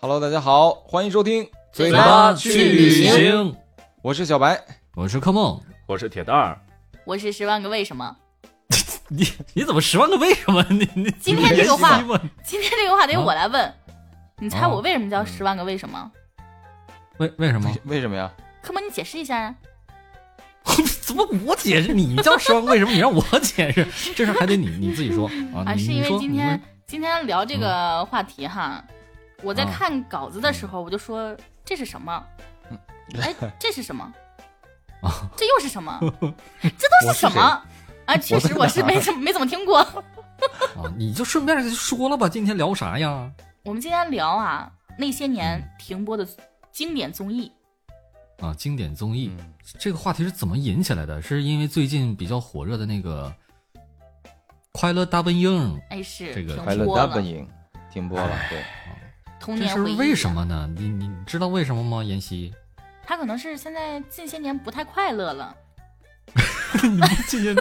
Hello，大家好，欢迎收听《嘴巴去旅行，我是小白。 我是柯梦。我是铁蛋儿，我是十万个为什么。你你怎么十万个为什么？ 你你今天这个话你别激我今天这个话题啊我来问，你猜啊我为什么叫十万个为什么？为为什么？为什么呀？科蒙，你解释一下啊呀。 怎么我解释？你叫十万个为什么？你让我解 释，这事儿还得你你自己说啊！啊，你是你因为说今你天说今天聊这个话题哈，我在啊看稿子的时候我就说这是什么？嗯哎，这是什么？ 啊，这又是什么？这都我是是什么？啊，确实我我在是哪儿没怎么没怎么听过。啊，你就顺便说了吧，今天聊啥呀？我们今天聊啊，那些嗯年停播的经典综艺。啊，经典综艺、嗯这个话题是怎么引起来的？是因为最近比较火热的那个《快乐大本营哎，是这个停快乐播大本了，营停播了， 对，童》，这年是回忆。为什？么呢？你你知道为什么吗？妍希，他可能是现在近些年不太快乐了。 你今天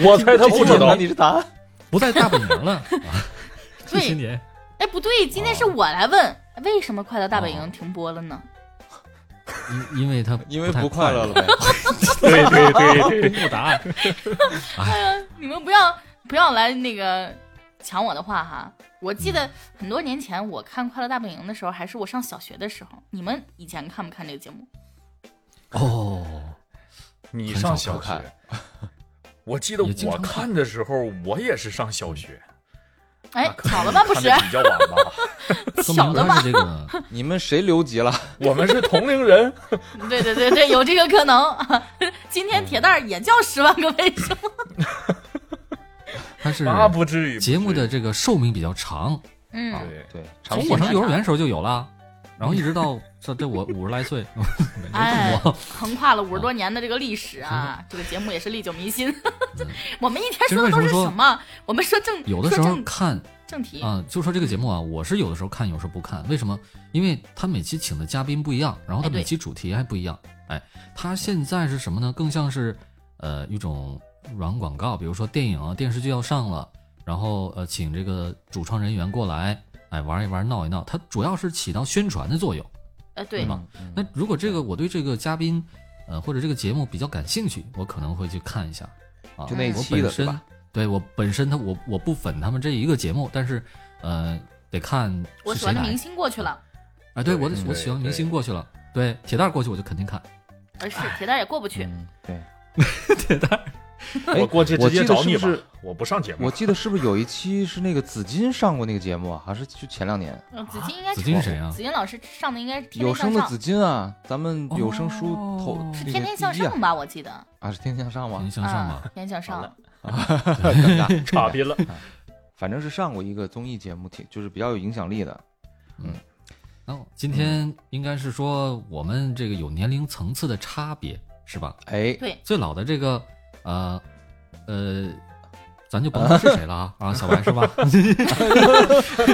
我猜他不知道。你是答案。不在大本营了啊？这 对些年哎，不对，今哦天是我来问，为什么《快乐大本营》停播了呢？因因为他因为太不快乐了呗。对对对对，公布答案。你们不要不要来那个抢我的话哈！我记嗯得很多年前我看《快乐大本营》的时候，还是我上小学的时候。你们以前看不看这个节目？哦，你很上少小看学，我记得也经我常看看的时候，我也是上小学。哎那，啊可能巧了吧？你不看是得，比较晚吧？说巧明了他吧？是这个 你们谁留级了？我们是同龄 人， 对对对对，有这个可能。 今天铁蛋儿也叫十万个为什么。他是那不至于。节目的不这个寿命比较长，至嗯，于 对，对，长从期我上幼儿园时候就有了，然后一直到这这我五十来岁，没哎没这么，横跨了五十多年的这个历史 啊，这个节目也是历久弥新。 嗯我们一天说的都是什么？我们说正有的时说候正看正题，啊，就说这个节目啊，我是有的时候看，有时候不看。为什么？因为他每期请的嘉宾不一样，然后他哎对每期主题还不一样。哎，他现在是什么呢？更像是呃一种软广告，比如说电影啊、电视剧要上了，然后呃请这个主创人员过来，哎玩一玩、闹一闹。它主要是起到宣传的作用。呃，对嗯，那如果这个我对这个嘉宾，呃或者这个节目比较感兴趣，我可能会去看一下。啊，就那一我期的本是身吧？对我本身他我我不粉他们这一个节目，但是呃得看我是谁喜欢的来明星过去了，啊，对我得嗯我对喜欢明对星过去了，对铁蛋儿过去我就肯定看，而是哎铁蛋儿也过不去。嗯，对。铁蛋儿哎我过去直我记接得找你吧是不是。我不上节目我，记得是不是有一期是那个紫金上过那个节目啊？还是就前两年？嗯，紫金应该紫金是谁啊哎紫金老师上的应该是《天有天向声的上紫》，金啊，咱们有声书哦投是是那个《天天向第一啊上》吧？我记得。啊，是天天向上肯定吗？向上吧啊嗯，，天天好向上了。尴尬差别 了。反正是上过一个综艺节目，挺就是比较有影响力的。那我今天应该是说我们这个有年龄层次的差别是吧？哎，对，最老的这个呃呃，咱就甭说是谁了啊啊，小白是吧？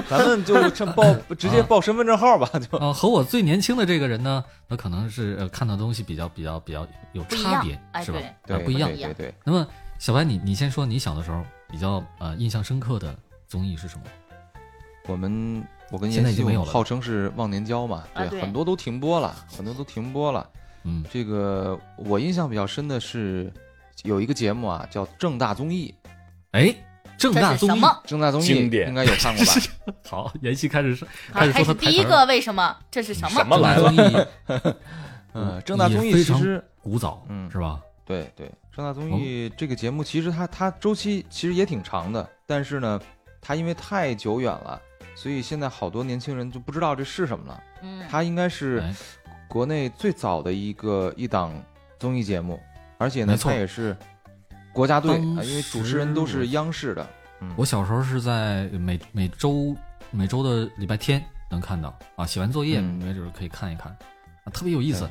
咱们就趁报直接报身份证号吧，就 啊，和我最年轻的这个人呢，那可能是呃看到东西比较比较比较有不一差样别哎是吧对？对啊不一样对。对对。那么小白你你先说你小的时候比较呃印象深刻的综艺是什么？我们我跟现妍在已希经没有我了号称是忘年交嘛，啊对很多都停播了，很多都停播了。嗯，这个我印象比较深的是有一个节目啊，叫《正大综艺哎，正这大是综什艺。么？》， 《正大综艺经》典应该有看 过吧？好，妍希开始是啊开始还说是他第一个为什么？这是什么什？么来了？了？ 嗯，《正大综艺也》非其常实古早，嗯是吧？对对，《正大综艺》哦这个节目其实它它周期其实也挺长的，但是呢，它因为太久远了，所以现在好多年轻人就不知道这是什么了。嗯，它应该是哎国内最早的一个一档综艺节目，而且呢没，错它也是国家队当啊，因为主持人都时我是央视的。我小时候是在每每周每周的礼拜天能看到啊，写完作业嗯没准儿可以看一看，啊，特别有意思。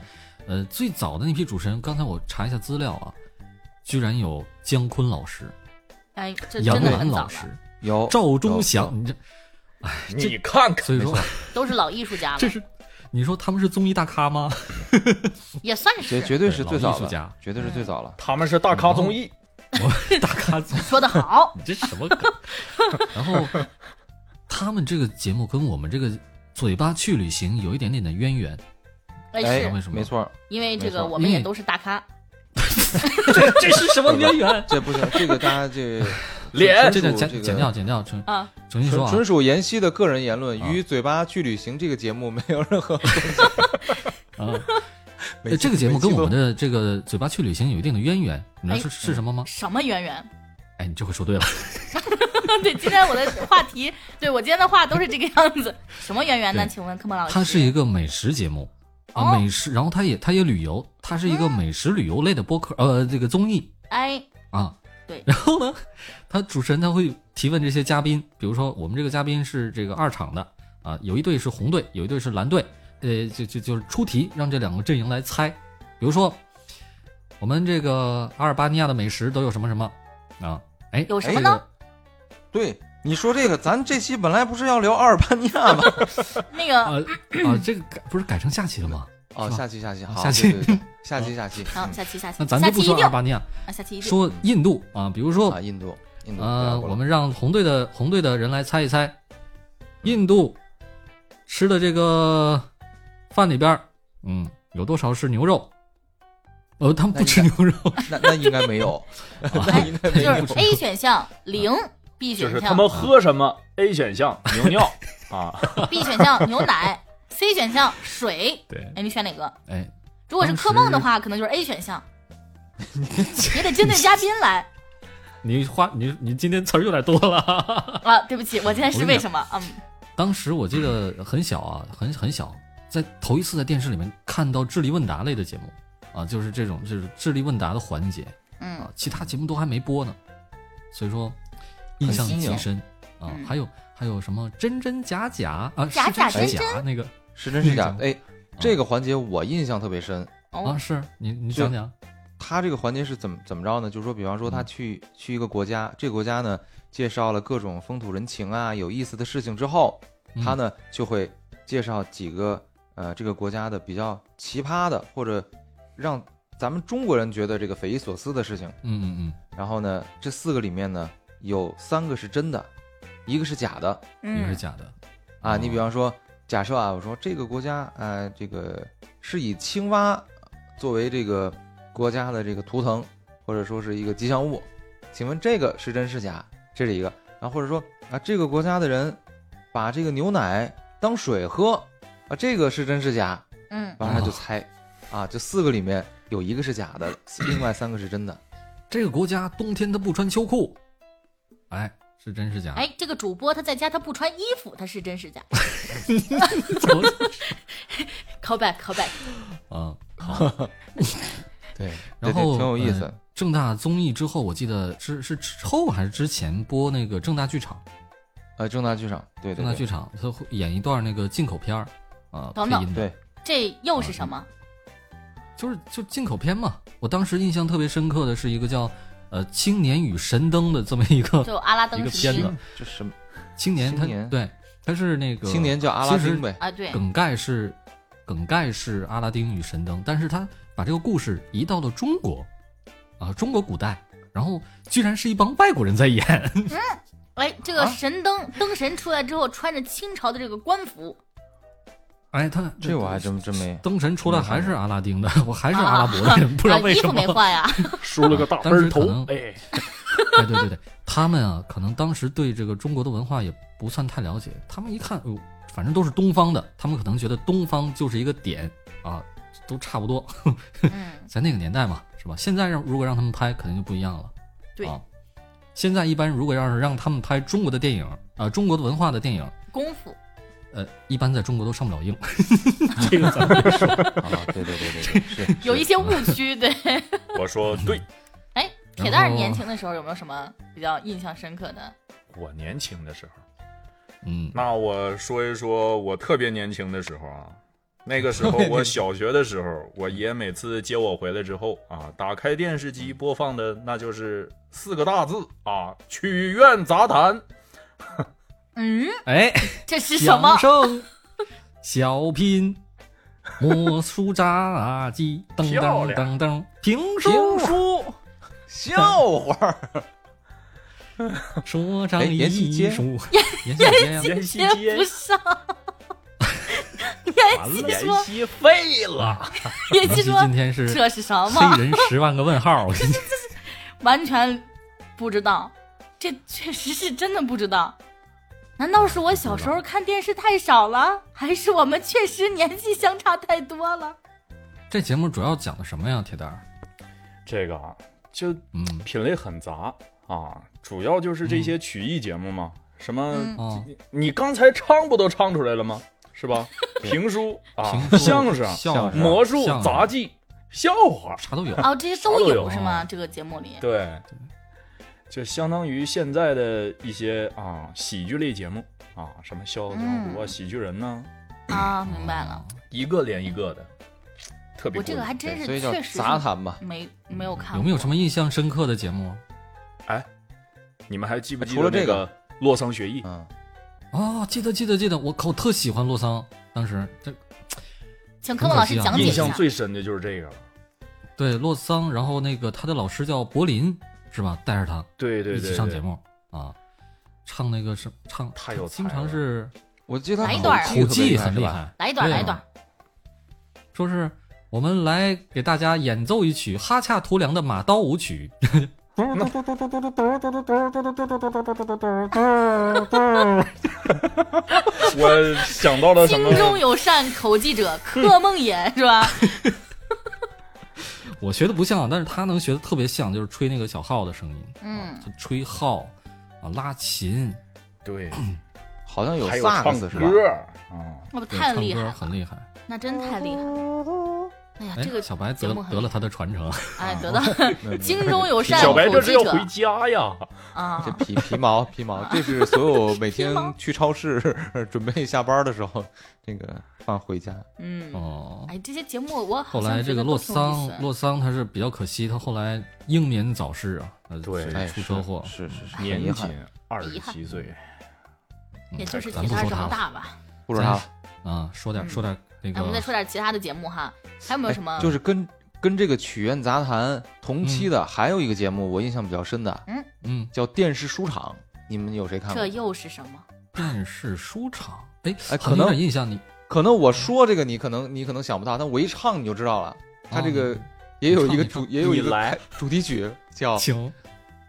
呃，最早的那批主持人，刚才我查一下资料啊，居然有姜昆老师、哎，这杨真的澜很早老了师，、有赵有忠祥，有你这你看看，所以说都是老艺术家了这，是你说他们是综艺大咖 吗？也算绝是绝对是最老早艺术的，家，绝对是最早了。他们是大咖综哦艺，大咖综艺说的 好。你这什么梗？然后他们这个节目跟我们这个嘴巴去旅行有一点点的渊源，哎，哎是为什么没错儿，因为这没个错我们也嗯都是大咖，这这是什么渊源？这不行， 这个大家 这脸哎这纯个属剪这个剪掉，剪掉，重啊，重新说纯啊纯！属妍希的个人言论，啊与《嘴巴去旅行》这个节目没有任 何。啊，每期这个节目跟我们每期的这个嘴巴去旅行有一定的渊源，你知哎道是是什么吗？什么渊源？哎，你这回说对了， 对，今天我的话题，对我今天的话都是这个样子。什么渊源呢？对请问科莫老师，它是一个美食节目啊，哦嗯美食，然后它也它也旅游，它是一个美食旅游类的播客，呃，这个综艺哎，啊。对 然后呢，他主持人他会提问这些嘉宾，比如说我们这个嘉宾是这个二厂的啊，有一队是红队，有一队是蓝队，呃，就就就是出题让这两个阵营来猜，比如说我们这个阿尔巴尼亚的美食都有什么什么啊？哎，有什哎么呢？对你说这个，咱这期本来不是要聊阿尔巴尼亚 吗？那个啊啊， 这个改不是改成下期了吗？哦，是吧下期下期啊好，下对期对对下期下 期嗯好，下期下期，那咱就下不期说阿一定尔巴尼亚，啊，下期一定说印度啊，比如说啊，印度印度啊，不要过来我们让红队的红队的人来猜一猜，印度吃的这个饭里边儿，嗯，有多少是牛肉？呃，他们不吃那牛肉， 那那应该没 有，那应该没有就是 A 选项零 ，B 啊就选是他项们喝什么？A 选项 牛尿啊， B 选项牛奶，C 选项水。 对，哎，你选哪个？哎，如果是当科梦的时话，可能就是 A 选项，也得针对嘉宾来你花你你今天词儿有点多了。啊。对不起，我今天是为什么？嗯， 当时我记得很小啊，很很小，在头一次在电视里面看到智力问答类的节目啊，就是这种就是智力问答的环节嗯啊，，其他节目都还没播呢，所以说印象新极颖深啊嗯。还有还有什么真真假假啊，假是假真真是假那个是真是假？那嗯哎，这个环节我印象特别深。啊，哦，是你你讲嗯讲他这个环节是怎么怎么着呢？就是说，比方嗯说他去去一个国家，这个国家呢介绍了各种风土人情啊、有意思的事情之后，嗯他呢就会介绍几个呃这个国家的比较奇葩的，或者让咱们中国人觉得这个匪夷所思的事情。嗯嗯嗯，然后呢，这四个里面呢有三个是真的，一个是假的一个是嗯，假的啊。你比哦方说，假设啊，我说这个国家呃这个是以青蛙作为这个国家的这个图腾，或者说是一个吉祥物，请问这个是真是假？这是一个。然后或者说啊，这个国家的人把这个牛奶当水喝啊，这个是真是假？嗯，完哦了他就猜啊，这四个里面有一个是假的，另外三个是真的。这个国家冬天他不穿秋裤，哎，是真是假？哎，这个主播他在家他不穿衣服，他是真是假怎么， ？Call back, call back。 嗯，对，对对然后挺有意思。呃正大综艺之后，我记得是是之后还是之前播那个正大剧场，呃，正大剧场，对正对大对剧场他会演一段那个进口片儿啊，配等等音的对，这又是什么？就是就进口片嘛。我当时印象特别深刻的是一个叫呃《青年与神灯》的这么一 个就阿拉一登个时片子期嗯这什么青年，他青年对他是那个青年叫阿拉其实丁呗，啊，对，梗概是梗概是阿拉丁与神灯，但是他把这个故事移到了中国啊，中国古代，然后居然是一帮外国人在演， 哎，这个啊神灯灯神出来之后，穿着清朝的这个官服，哎，他这我还真真没。灯神出来还是阿拉丁的，我还是阿拉伯啊 人，不知道为什啊、衣服没么。 换呀？梳了个大当时背头可能，哎，哎，对对对，他们啊，可能当时对这个中国的文化也不算太了解，他们一看，哎呦，反正都是东方的，他们可能觉得东方就是一个点啊，都差不多，嗯，在那个年代嘛，是吧？现在让如果让他们拍，肯定就不一样了。对啊，现在一般如果要是让他们拍中国的电影啊、中国的文化的电影，功夫呃，一般在中国都上不了映。这 个咱们啊，对对对对对，是 有一些误区。 对，我说对，哎，后铁蛋儿年轻的时候有没有什么比较印象深刻的？我年轻的时候，嗯，那我说一说我特别年轻的时候啊，那个时候我小学的时候，我爷每次接我回来之后啊，打开电视机播放的那就是四个大字啊，《曲苑杂谈》。嗯，哎，这是什相么？声、小品、 魔术炸鸡，噔漂噔亮噔噔，评评书、书笑话儿，说唱哎延禧艺街 术，延禧街呀延禧接 街不上，妍希妍说希废了，妍妍希希说今天是这是什么？ 黑人十万个问号，我跟你讲，完全不知道，这确实是真的不知道。难道是我小时候看电视太少了，还是我们确实年纪相差太多了？这节目主要讲的什么呀，铁蛋儿？这个啊，就嗯，品类很杂啊，主要就是这些曲艺节目嘛，什么、嗯哦，你刚才唱不都唱出来了吗？是吧？评书啊评，书相声、笑声魔术、相声杂技、笑话，啥都有。哦，这些都啥都有有是吗啊？这个节目里，对，就相当于现在的一些啊喜剧类节目啊，什么《笑傲江湖》啊，嗯喜剧人》呐，啊，明白了。嗯一个连一个的，特别过我瘾。这个还真所是以叫确实杂是谈嘛。没没有看过。有没有什么印象深刻的节目？哎，你们还记不记除了得这那个个《洛桑学艺》？嗯，哦，记得记得记得，我靠，特喜欢洛桑，当时这请科目老师讲解一印下象。最深的就是这个了。对洛桑，然后那个他的老师叫柏林，是吧？带着他对对一对对，起上节目啊，唱那个是唱，太有才经常了是我记得他来一段儿啊口口技技很特别厉厉害，是吧害，来一段，对啊来一段。说是我们来给大家演奏一曲哈恰图良的马刀舞曲， 我想到了什么心？中有善口技者，柯梦妍是吧？我学的不像，但是他能学的特别像，就是吹那个小号的声音，嗯啊，就吹号啊，拉琴，对，好像有还有萨克唱斯是吧？歌啊，那不对哦太唱厉害歌了，很厉害。那真太厉害了。哎呀，哎，这个小白节得目很得了他的传 承，哎得到京中有善小白口这是技要者回家呀。啊这，皮皮毛皮毛，这是所 有每皮天毛去超市准备下班的时候，这个放回家。嗯，哦。哎，这些节目我后好像来觉这个得都洛挺有意桑，思洛桑他是比较可惜，他后来英年早逝啊，呃对是哎，出车祸。是是是，很遗年憾仅，二十遗憾七岁，也就是咱铁不蛋说这他么了大吧。不知道咱啊，说点说点那哎，我们个再哎说点其他的节目哈，还有没有什么？就是跟跟这个曲苑杂谈同期的还有一个节目，我印象比较深的嗯，叫电视书场，你们有谁看过这？又是什么？电视书场，哎，哎好像有可能点印象，你可能我说这个你可能你可能想不到，但我一唱你就知道了。它这个也有一个你唱主也有一你个来开主题曲叫行，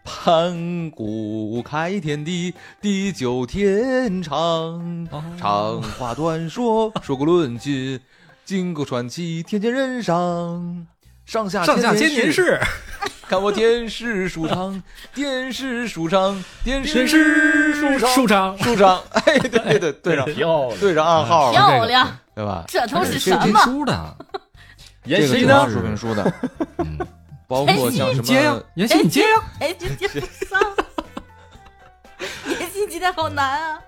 盘古开天地，地久天长。哦长话短说，说古论今，今古传奇，天天任上。上下上下千年年事，是看我电视书 场，电视书场，电视电视书场书场，书场。 哎，对对对，对上漂亮，对上暗号了，嗯漂亮，对吧？这都是学什评么？书的，延这个禧主呢要？是说评书的， 嗯，包括像什你接呀么，妍希你接呀，哎， 这这 上，妍希今天好难啊！嗯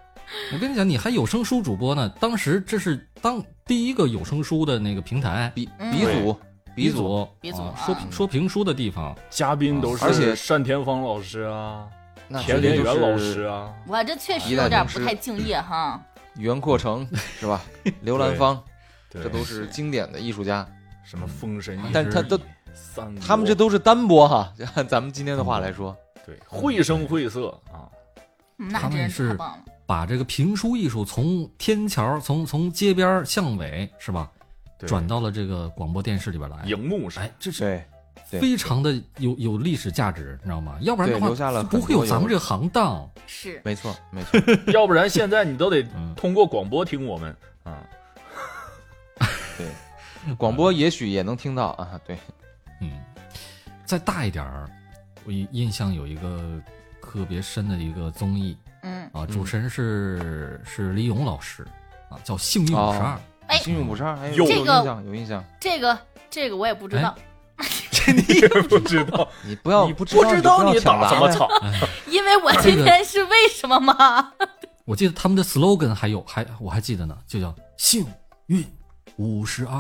我跟你讲，你还有声书主播呢，当时这是当第一个有声书的那个平台，鼻嗯鼻祖，鼻祖，祖，鼻祖啊啊说评说评书的地方，嘉宾都而且是单田芳老师啊，那田绝对连元就是老师啊，我这确实一代有点宗不师太敬业哈。袁阔成是 吧？刘兰芳，对这都是经典的艺术家，什么封神演义，啊但是他都三国，他们这都是单播哈。咱们今天的话来说，对绘声绘色啊，嗯那他们真是太是棒了。把这个评书艺术从天桥从从街边儿巷尾是吧，对转到了这个广播电视里边来，荧幕上哎，，这是对，对非常的有有历史价值，你知道吗？要不然的对留下了话，很不会多有有咱们这个行当。是，没错，没 错。要不然现在你都得嗯通过广播听我们 啊。广播也许也能听到啊，对，嗯，再大一点儿，我印印象有一个特别深的一个综艺嗯，啊，主持人是、是李咏老师啊，叫《幸运哦五十二》。哎幸运五十二，哎有有这个印象，有印象。这个这个我也不哎知道，不知道，你不要你不不知道知你就道你不要抢打答什么呗草，因为我今天是为什么吗？我记得他们的 slogan 还有还我还记得呢，就叫《幸运五十二》。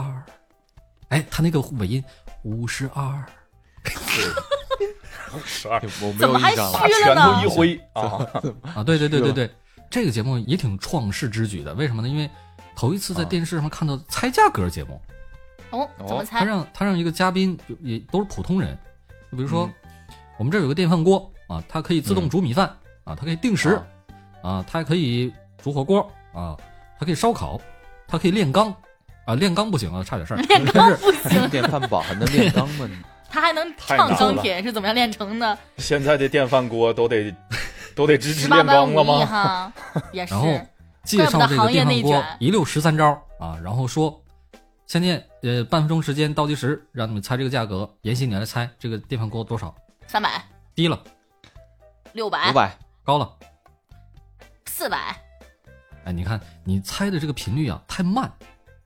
哎，他那个尾音五十二，十二我没怎有么还印象大了虚。拳头一 挥啊，啊，对对对对对，这个节目也挺创世之举的。为什么呢？因为头一次在啊电视上看到猜价格节目，哦，怎么他猜？让他让一个嘉宾就也都是普通人，就比如嗯说、我们这儿有个电饭锅啊，它可以自动煮米饭、啊，它可以定时啊啊，它还可以煮火锅啊，它可以烧烤，它可以炼钢啊，炼钢不行啊，差点事儿。炼钢不行，电饭煲还能炼钢吗？ 他还能太唱难钢了铁是怎么样炼成的？现在的电饭锅 都得都得支十持八炼般钢武了艺吗？哈，也是 然。后 介绍这个电饭怪不得行业内锅卷一溜十三招啊，然后说，先念呃半分钟时间倒计时，让你们猜这个价格。妍希，你来猜这个电饭锅多少？三百、低了，六五百、百高了。四百，哎，你看你猜的这个频率啊太慢，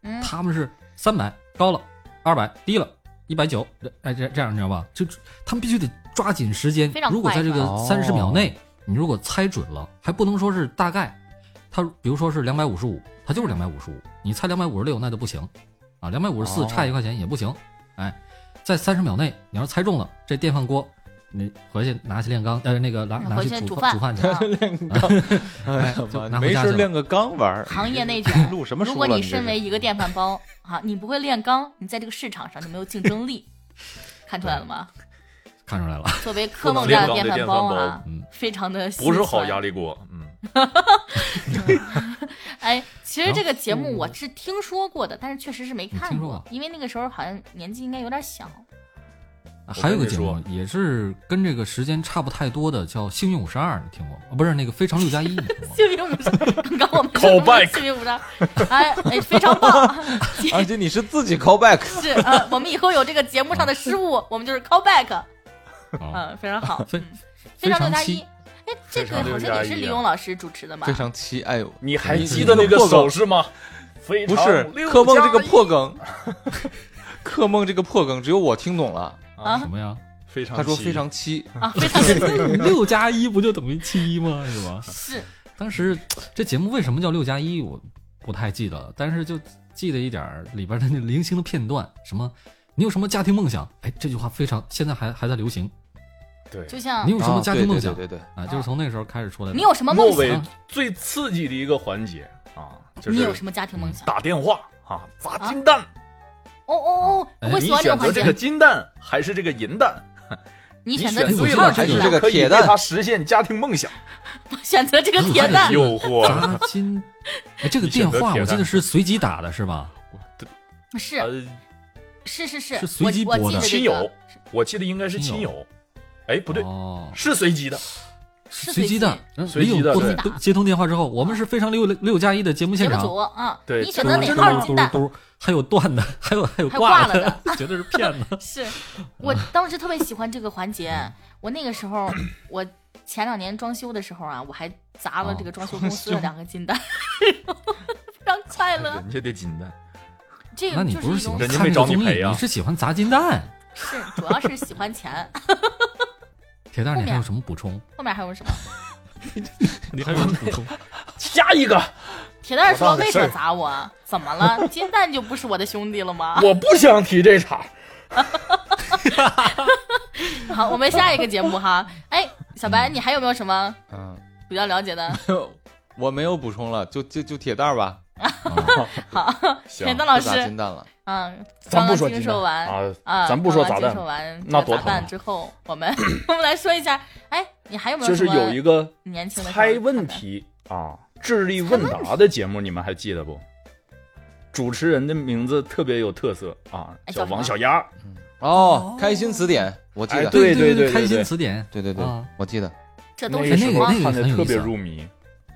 嗯，他们是三百高了，二百低了，一百九，这哎这这样你知道吧？就他们必须得抓紧时间非常，快如果在这个哦三十秒内，你如果猜准了，还不能说是大概，他比如说是两百五十五，他就是两百五十五，你猜两百五十六那就不行，啊，两百五十四哦差一块钱也不行，哎，在三十秒内你要是猜中了这电饭锅。你回去拿去炼钢，呃，那个拿拿嗯回去去煮煮饭饭煮饭去， 啊炼钢，哎呀就妈拿回没家事去炼个钢玩儿。行业内你卷这。录什么书如了？果你这是身为一个电饭煲啊，你不会炼钢，你在这个市场上就没有竞争力，看出来了吗？看出来了，作为科梦家的电饭煲不能炼钢啊的电饭煲嗯，非常的不是好心酸压力锅，嗯，哎，其实这个节目我是听说过的，但是确实是没你看听说过过，因为那个时候好像年纪应该有点小。还有个节我目跟也是跟这个时间差不太多的，叫《幸运五十二》，你听过吗？啊不是那个《非常六加一》，你听过吗？幸运五十二，刚刚我们 Call 说的 back 幸运五十二，哎哎，非常棒，而且你是自己 call back， 是呃，我们以后有这个节目上的失误，我们就是 call back，啊，嗯，非常好，非嗯，非常非常六加七一，哎，这非个常好六像加也是一李啊勇老师主持的吧非？常期哎呦，你还你记得那个破梗手势吗？非不常是六柯梦这个加一破梗，柯梦这个破梗只有我听懂了。啊什么呀？非常他说气非常期，啊，非常六加一不就等于七吗？是吧？是当时这节目为什么叫六加一，我不太记得了，但是就记得一点儿里边的那零星的片段，什么你有什么家庭梦想？哎，这句话非常现在还还在流行。对，就像你有什么家庭梦想啊对对对对对啊？就是从那时候开始出来的嗯你。有什么梦末想？尾最刺激的一个环节啊，就你有是什么家庭梦想？打电话啊，砸金蛋，哦哦哦，哎我会你喜欢这选种择环这个节。金蛋还是这个银蛋？你你选选这个择对主了唱还是是吧这？个可以铁为蛋他实现家庭梦想，我 选择这个铁蛋，有诱惑。砸 金，哎，这个你选电择话铁我记蛋得是随机打的，是吧？是呃是是是，是随机我播我记的得亲这友个，我记得应该是亲亲友友，哎，不对，哦，是随机的，是随机的，嗯随机的李勇拨对通接通电话之后，我们是非常六六加一的节目节现目场，组啊，对你选择哪这个块儿金蛋？嘟嘟，还有断的，还有还有还挂挂了的，绝对是骗子。是我当时特别喜欢这个环节。我那个时候，我前两年装修的时候啊，我还砸了这个装修公司的两个金蛋， 非常快乐。人家的金蛋，这那个你就是不一喜欢种人家看没这找个你综赔艺，啊你是喜欢砸金蛋。是，主要是喜欢钱。铁蛋儿，后你面还有什么补充？后面还有什么？你还有什么补充？下一个，铁蛋儿说我：“为当时什么砸我？怎么了？金蛋就不是我的兄弟了吗我不想提这茬。？”好，我们下一个节目哈。哎，小白，你还有没有什么嗯，比较了解的？我没有补充了，就就就铁蛋儿吧，好，行 铁蛋老不砸金师，蛋了。嗯，咱刚不刚说听金说蛋完啊，啊，咱不说砸刚刚蛋接受完那这个多砸疼啊蛋之后，我们我们来说一下，哎，你还有没有就是什么有一个年轻的时候猜看问的，题啊，智力问答的节目，你们还记得不？主持人的名字特别有特色啊，哎叫叫什么王小丫。哦，开心词典，我记哎得，对对对对开对心对词典。对对对啊，我记得，这都那是个时什候啊那么？个看的很有特意思别入迷，啊，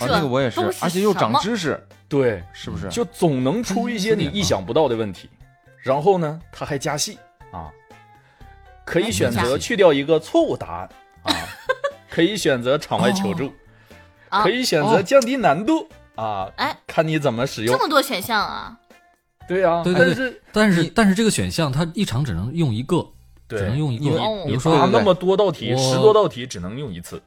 这那个我也是都，是而且又什长么知识，对，是不是？就总能出一些你意想不到的问题，然后呢，他还加戏啊，可以选择去掉一个错误答案啊，可以选择场外求助，啊可以选哦择降低难度啊，哎，看你怎么使用这。么多选项啊！对啊，对对对但是但是你但是这个选项它一场只能用一个，对只能用一你个哦。比如答说，那么多道题，我十多道题只能用一次。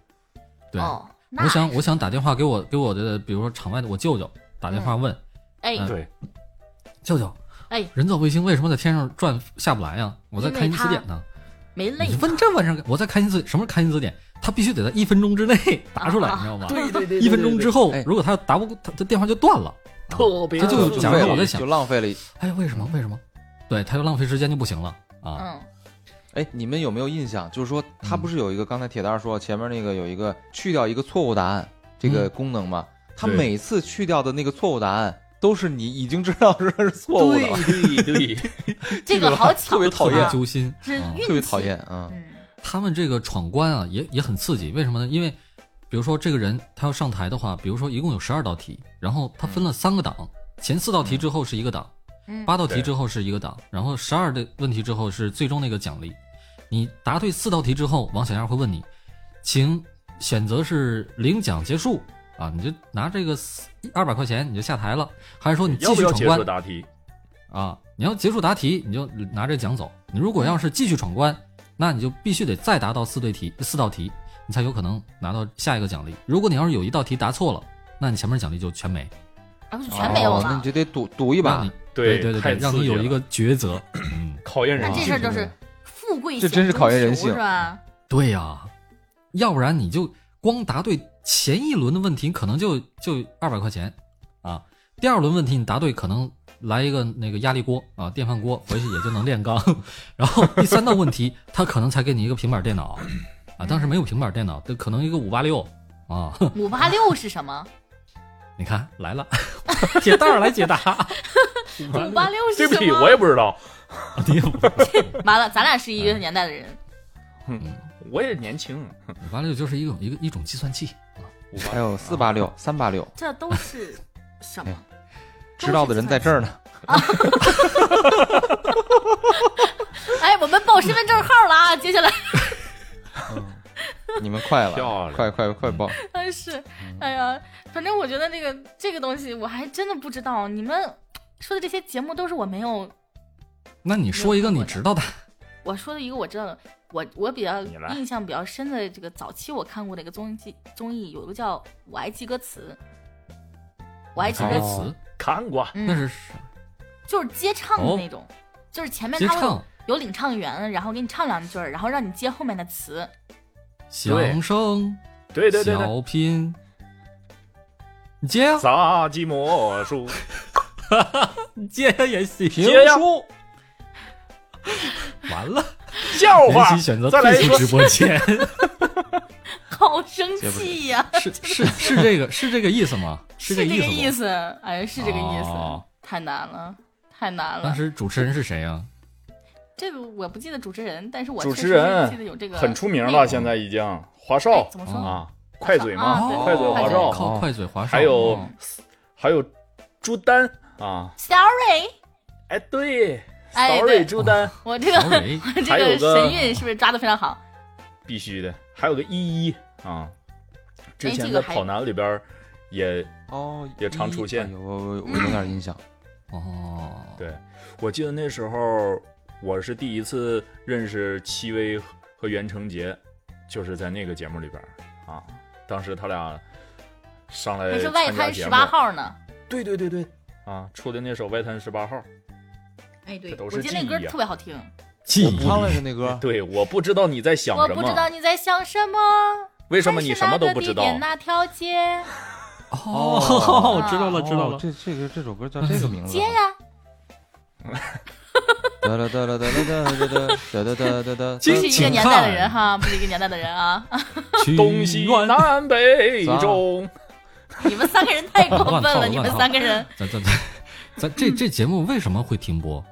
对，哦，那我想我想打电话给我给我的，比如说场外的我舅舅打电话问哎，嗯对，舅舅，哎，人造卫星为什么在天上转下不来呀？我在因为开心词它典呢。没累你问这玩意儿，我在开心字什么是开心字典？他必须得在一分钟 之内答出来，你知道吗？啊对对对，一分钟之后后哎，如果他答不过，他他电话就断了。啊特别这就就假废如了我在想就，浪费了一。哎，为什么为什么？对，他就浪费时间就不行了啊。嗯，哎，你们有没有印象？就是说，它嗯不是有一个刚才铁蛋儿说前面那个有一嗯个去掉一个错误答案这个功能吗？它对每次去掉的那个错误答案都是你已经知道是是错误的了，对 对对，这个好巧，特别讨特别厌啊揪心。是嗯运气，特别讨厌啊。嗯嗯，他们这个闯关啊，也也很刺激。为什么呢？因为比如说这个人他要上台的话，比如说一共有十二道题，然后他分了三个档，前四道题之后是一个档，嗯八道题对之后是一个档，然后十二的问题之后是最终那个奖励。你答对四道题之后，王小燕会问你，请选择是领奖结束啊，你就拿这个二百块钱你就下台了，还是说你继要不续要闯结关束答题？啊？你要结束答题，你就拿着奖走。你如果要是继续闯关，那你就必须得再答到四对题四道题，你才有可能拿到下一个奖励。如果你要是有一道题答错了，那你前面奖励就全没。啊不是全没有哦那了你，就得赌赌一让把你，对对对太对，刺激让你有了一个抉择。嗯，考验那人这性事儿就是富贵哦这险真是中考验人求性是吧？对呀、要不然你就光答对前一轮的问题，可能就就二百块钱啊。第二轮问题你答对，可能来一个那个压力锅啊，电饭锅，回去也就能炼钢。 然后第三道问题，他可能才给你一个平板电脑啊，当时没有平板电脑，可能一个五八六啊。 五八六是什么？你看来了， 铁蛋儿来解答，五八六对是不什起，么？我也不知道，你也不完了，咱俩是一个年代的人，我也年轻，五八六就是一种一个一种计算器啊。五还有四八六、三八六，这都是什么？知道的人在这儿呢。哎，我们报身份证号了啊！接下来你们快漂了，亮嗯快快快报！ 哎是，哎呀，反正我觉得这个这个东西我还真的不知道，你们说的这些节目都是我没有那你说一个你知道的，我说的一个我知道的，我我比较你来印象比较深的这个早期我看过的一个综艺综艺，有一个叫《我爱记歌词》，我爱记这歌个词，哦词看过，那嗯，是哦就是接唱的那种，就是前面接他会唱。有领唱员，然后给你唱两句儿，然后让你接后面的词。对响声对对对对，小品，你接呀、杂技魔术，你接呀、也行。评接呀书完了，笑联话席，选择再来退一出个直播间，好生接不了气呀、是是是这个是这个意思吗？这这个意思吗？意思，哎，是这个意思，哦太难了，太难了当。时主持人是谁呀、这个我不记得主持人，但是我主确持实人记得有这个很出名内容了，现在已经华哎少怎么说？啊，快嘴嘛，啊快嘴哦华快少嘴，靠快嘴华少，还有哦还有朱丹啊， Sorry，哎对哎，sorry 对朱丹我这小个蕊 这还有个神韵是不是抓的非常好？必须的，还有个依依啊，之哎前这的个还跑男里边儿也哦，也常出现有我我我有嗯点印象。哦，对我记得那时候我是第一次认识戚薇和袁成杰，就是在那个节目里边儿啊。当时他俩上来还是外哎参加滩节十目，八号呢？对对对对啊，出的那首《外滩十八号》。哎，对这都我是记得那记忆歌啊特别好听。记忆我唱了一个那歌， 对，我不知道你在想我什不知道么，你在想什么，为为什么你什么都不知道？那条街，哦，知道了，知哦道了。这这个这首歌叫这个名字接。呀，得了得了得了得了得了得了得了得了。不这是一个年代的人哈，不是一个年代的人啊！ 取东西暖南北咋中，你们三个人太过分了， 乱套你们乱套三个人咱咱咱咱这这节目为什么会停播？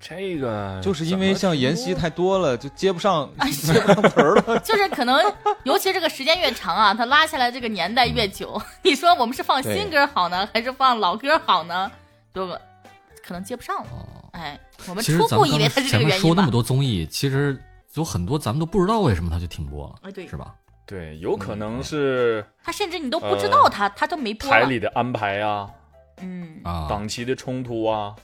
这个就是因为像妍沿希袭他。太多了，就接不上接不上词儿了。就是可能，尤其这个时间越长啊，他拉下来这个年代越久。嗯 你说我们是放新歌好呢，还是放老歌好呢？就可能接不上了。哦，哎，我们其实初咱步们以刚为才它是前这个面原因说那吧么。多综艺，其实有很多咱们都不知道为什么它就停播了，哎，对是，吧？对，有可嗯能是他甚至你都不知道他，他都没播台了。里的安排啊，嗯，啊，档期的冲突啊，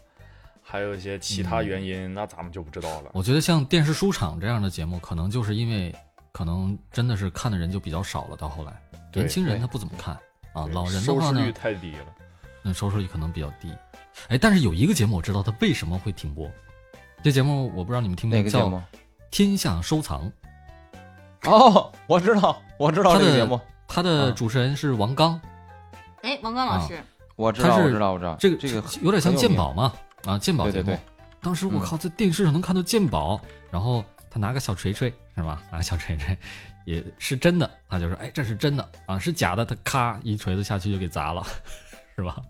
还有一些其嗯他原因，那咱们就不知道了。我觉得像电视书场这样的节目，可能就是因为可能真的是看的人就比较少了，到后来对年轻人对他不怎么看啊，对老人的收话视呢率，太低了，那收视率可能比较低。哎，但是有一个节目我知道它为什么会停播，这节目我不知道你们听没哪听个节过，叫目《天下收藏》，哦，我知道，我知道他这个的节目，它的啊主持人是王刚，哎，王刚老啊师，我知他道，我是知道，我知道。这个这个有点很像有鉴名宝嘛，啊，鉴宝对节对对，目。当时我嗯靠，在电视上能看到鉴宝，然后他拿个小锤锤是吧？拿个小锤锤，也是真 的，他就说哎这是真的啊，是假的，他咔一锤子下去就给砸了，是吧？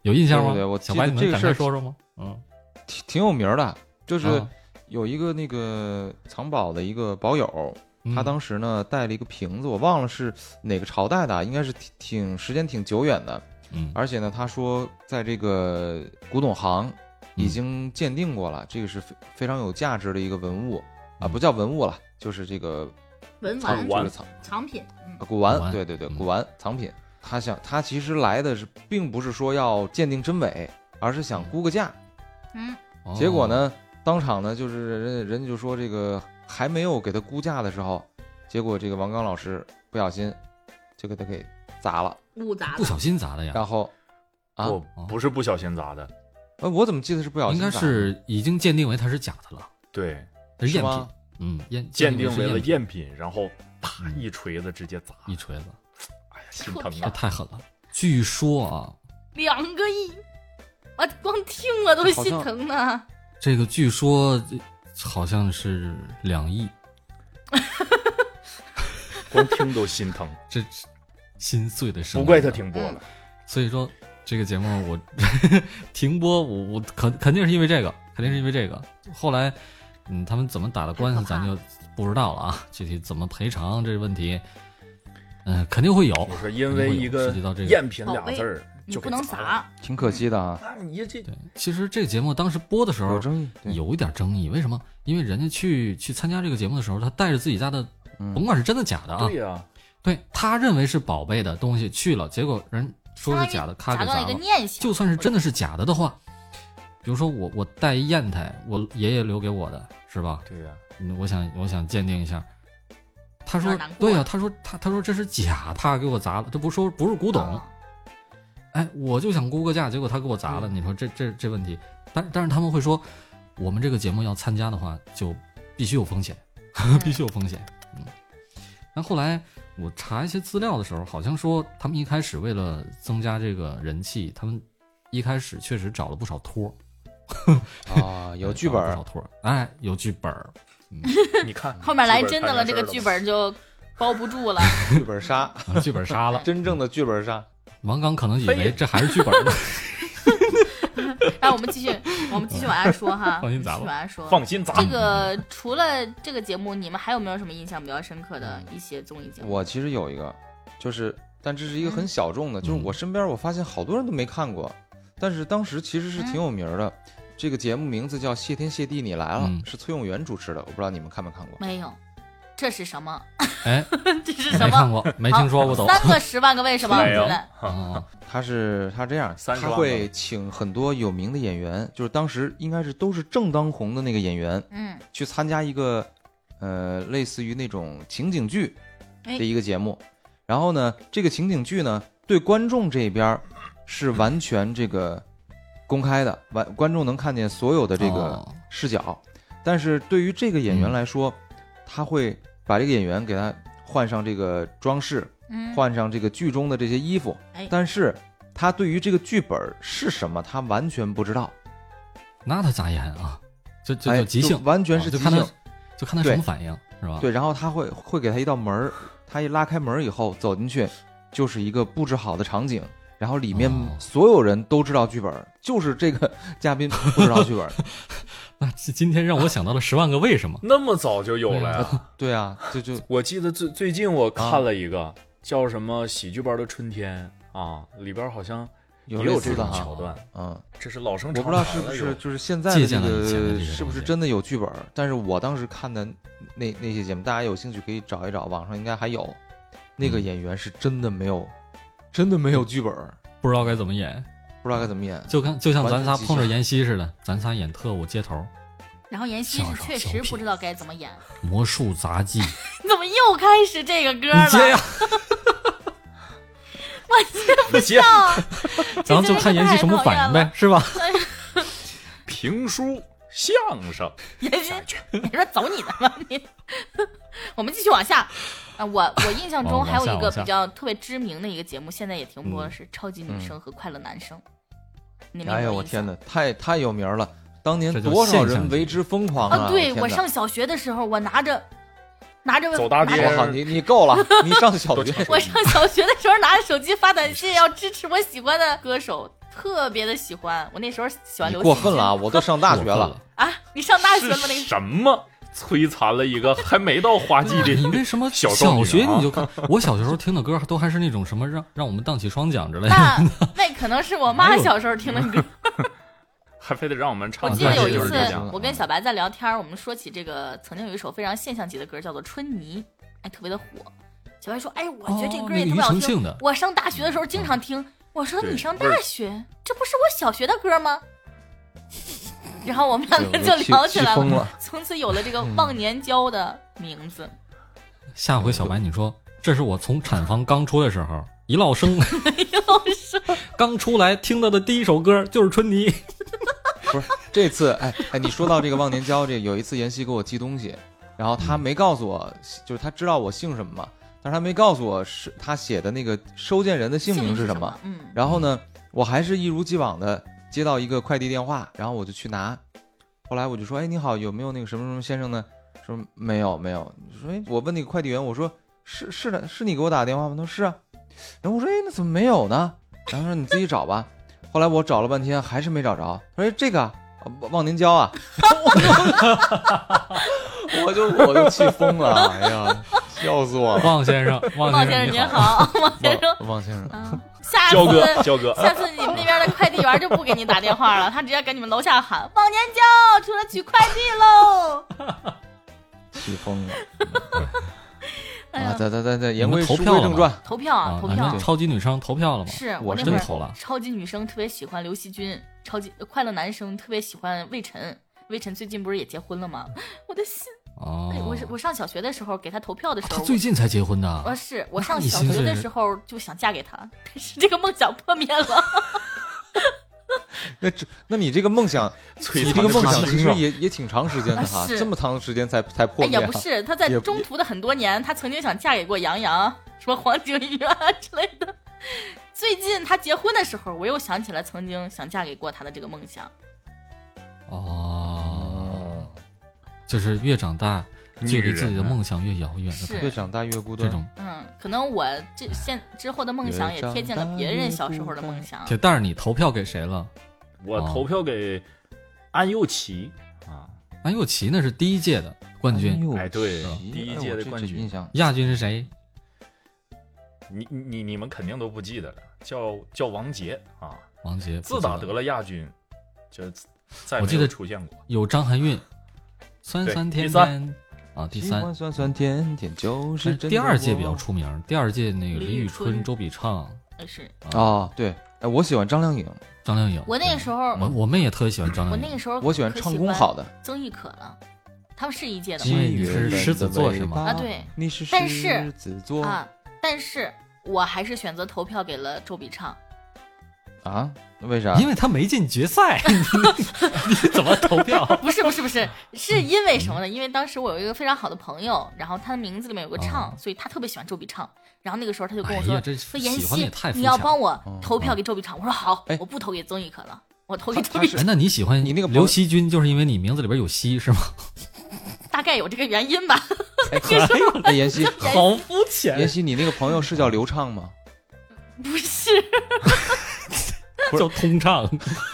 有印象吗？对对对我记小得白，你这能个展事开儿说说吗？嗯，挺挺有名儿的，就是啊有一个那个藏宝的一个宝友，嗯他当时呢带了一个瓶子，我忘了是哪个朝代的，应该是挺挺时间挺久远的，嗯而且呢，他说在这个古董行已经鉴定过了，这个是非非常有价值的一个文物啊，嗯不叫文物了，就是这个文藏玩古玩就是藏藏品，嗯啊古古玩，玩对对对，嗯古玩藏品。他想，他其实来的是，并不是说要鉴定真伪，而是想估个价。嗯，哦 结果呢，当场呢，就是人人家就说这个还没有给他估价的时候，结果这个王刚老师不小心就给他给砸了，误砸哦不了，小心砸的呀，然后啊，我不是不小心砸的，呃，我怎么记得是不小应心砸该的？是已经鉴定为它是假的了，对，它是是赝吗品，？嗯，赝鉴定定为是了赝品赝品，然后啪嗯一锤子直接砸，一锤子，哎呀，心疼这 啊！太狠了。据说啊，两个亿，啊，光听了都心疼呢。这个据说这好像是两亿，光听都 心疼，这是心碎的声不音。啊怪他。停播了。所以说这个节目我 停播，我我肯肯定是因为这个，肯定是因为这个。后来，嗯，他们怎么打的官司，太可咱怕就不知道了啊。具体怎么赔偿这个问题，嗯、肯定会有。我说因为一肯定会有涉个及到这个赝品俩字儿你就不给能砸了，砸，挺可惜的啊，那你这对，其实这个节目当时播的时候有争议。对，有一点争议，为什么？因为人家去去参加这个节目的时候，他带着自己家的，嗯甭管是真的假的啊对，呀，对他认为是宝贝的东西去了，结果人说是假的，咔砸给断了砸一个了。念想。就算是真的是假的的话，比如说我我带一砚台，我爷爷留给我的是吧？对 呀，嗯我想我想鉴定一下。他有说点难：“过对呀、他说他他说这是假，他给我砸了，这不说不是古董，啊哎，我就想估个价，结果他给我砸嗯了。你说这这这问题，但但是他们会说，我们这个节目要参加的话，就必须有风险， 必须有风险。嗯，但后来我查一些资料的时候，好像说他们一开始为了增加这个人气，他们一开始确实找了不少托儿，啊，有剧本 找了不少儿，托儿，哎，有剧本儿，你看后面来真的的了，这个剧本就包不住了。剧本杀，把 剧本杀了。真正的剧本杀。王刚可能以为这还是剧本呢， 然后我们继续，我们继续往下说哈，放心砸吧继续往下说。放心砸这。个除了这个节目，你们还有没有什么印象比较深刻的一些综艺节目？我其实有一个，就是，但这是一个很小众的，就是嗯我身边我发现好多人都没看过，但是当时其实嗯是挺有名儿的。这个节目名字叫《谢天谢地你来了》，嗯是崔永元主持的，我不知道你们看没看过。没有，这是什么？哎， 这 是什没看么？过，没听说过都。三个十万个为什么？没有对不对啊，他是他这样， 30他万吧会请很多有名的演员，就是当时应该是都是正当红的那个演员，嗯，去参加一个呃类似于那种情景剧哎的一个节目，然后呢，这个情景剧呢对观众这边儿是完全这个公开的，完观众能看见所有的这个哦视角，但是对于这个演员嗯来说，他会把这个演员给他换上这个装饰，嗯，换上这个剧中的这些衣服哎，但是他对于这个剧本是什么，他完全不知道，那他咋演啊？这这哎，就即兴就，完全啊是即就看他兴。就看他什么反应，是吧？对，然后他会会给他一道门儿，他一拉开门儿以后走进去，就是一个布置好的场景，然后里面哦所有人都知道剧本儿，就是这 个嘉宾不知道剧本儿。那这今天让我想到了十万个为什么。那么早就有了呀！对啊，就 就我记得最最近我看了一啊个叫什么《喜剧班的春天》啊，里边好像也有类这似的种哈桥，段，嗯，这是老生我常不谈知道了是不又是就是现在的借这鉴了以前的个这些是不是东西真的有剧本儿，但是我当时看的那那些节目，大家有兴趣可以找一找，网上应该还有，那个嗯演员是真的没有，真的没有剧本儿，不知道该怎么演，不知道该怎么演。就跟就像咱仨完全即兴碰着妍希似的，咱仨演特务接头、然后妍希小是丑确小实品不知道该怎 么演，魔术杂技，你你怎么又开始这个歌了？接呀！我接你 接啊 不咱们就看妍希什么反应呗，是吧？评书、相声， 妍希，你说走你的吧你。我们继续往下。啊，我我印象中往还有一往下个往下比较特别知名的一个节目，现在也停播了，嗯是《超级女声》和《快乐男声》。你们有哎没呦有我印天象哪，太太有名了！当年这就多少现象人级为之疯狂啊！对天我哪上小学的时候，我拿着拿着走大拿街着我靠，你你够 了！你上小学都成我上小学的时候拿着手机发短信，要支持我喜欢的歌手，特别的喜欢。我那时候喜欢你刘过惜分君了啊！我都上大学了，啊！你上大学是了吗？那个什么摧残了一个还没到花季 的你为什么小少女小啊学你就看？我小时候听的歌都还是那种什么让让我们荡起双桨之类的。那那可能是我妈哪有小时候听的歌。 还非得让我们唱我歌，记得有一啊就是次这样。，我跟小白在聊天儿，我们说起这个，曾经有一首非常现象级的歌，叫做《春泥》，哎，特别的火。小白说：“哎，我觉得这哦歌那也个特庾别好澄听，庆的，我上大学的时候经常听。”我说：“对你上味儿大学，这不是我小学的歌吗？” 然后我们两对个我就都气聊起气来疯了，了。 从此有了这个忘年交的名字。下回小白你说这是我从产房刚出来的时候，一落生刚出来听到的第一首歌就是《春 泥》。这次，哎哎，你说到这个忘年交，这有一次妍希给我寄东西，然后她没告诉我，就是她知道我姓什么嘛，但是她没告诉我是她写的那个收件人的姓名是是什么。？嗯，然后呢，我还是一如既往的接到一个快递电话，然后我就去拿。后来我就说：“哎，你好，有没有那个什么什么先生呢？”说没有没有。说哎，我问那个快递员，我说是是的，是你给我打的电话吗？他说是啊。然后我说：“哎，那怎么没有呢？”然后说你自己找吧。后来我找了半天还是没找着。他说哎这个啊忘忘年交啊， 我就我就气疯了，哎呀，笑死我了。望先生，望王先生你您。好， 王先生，忘忘先生，啊，下焦次哥，焦哥， 下次你们那边的快递员就不给你打电话了，他直接给你们楼下喊“忘年交，出来取快递喽气疯了。”哎啊，呀，咱咱咱咱言们归投书票归了正吗传，投票啊，啊，投你票说！超级女生投票了吗？是我那真会投了儿超级女生特别喜欢刘惜君，超级快乐男生特别喜欢魏晨。魏晨最近不是也结婚了吗？ 我的心，哎哦啊我是，我上小学的时候给他投票的时他候，最近才结婚的我。是我那上你小心学的是时候就想嫁给他，但是这个梦想破灭了。那这，那你这个梦想，摧 你残这个梦想的其青实少也也挺长时间的哈啊，是这么长时间才才破哎，灭也啊。不是，她在也不中途的很多年，她曾经想嫁给过杨洋什么黄景瑜啊 之类的。最近她结婚的时候，我又想起来曾经想嫁给过她的这个梦想。哦，就是越长大，距离自己的梦想越遥远的是越长大越孤这单。种。嗯，可能我这现之后的梦想也贴近了别人小时候的梦想。铁蛋儿，你投票给谁了？我哦投票给安又琪啊，安又琪哎那是第一届的冠军，呦哎对是第一哎届我的这冠这军印象亚军是谁？你你你们肯定都不记得了，叫叫王杰啊。王杰。自打得了亚军，就再我没记有得啊出现过。有张含韵，酸酸对甜第三甜啊，第喜三欢。酸酸甜甜就是但真的第二届我比较出名，第二届那个李李宇宇春春、周笔畅、哎是啊，对，哎，我喜欢张靓颖，张靓颖。我那个时候，我我们也特别喜欢张我靓那颖个。时候我喜欢可唱功好的。曾轶可了，他们是一届的因吗为你是狮子座是吗啊对，你是但狮是子座啊，但是我还是选择投票给了周笔畅。啊？为啥？因为她没进决 赛，你你怎么投票？不是不是不是，是因为什么呢？因为当时我有一个非常好的朋友，然后他的名字里面有个畅，哦所以他特别喜欢周笔畅。然后那个时候他就跟我哎说呀这：“说妍喜欢的希也太，肤你要浅了帮我嗯投票嗯给周笔畅。”我说：“好哎，我不投给曾轶可了，我投给他周他笔是 畅。哎，那你喜欢你那个朋友刘惜君，就是因为你名字里边有惜是吗？”大概有这个原因吧。 哎，哎妍希， 好肤妍浅，希，你那个朋友是叫刘畅吗？不是叫通畅。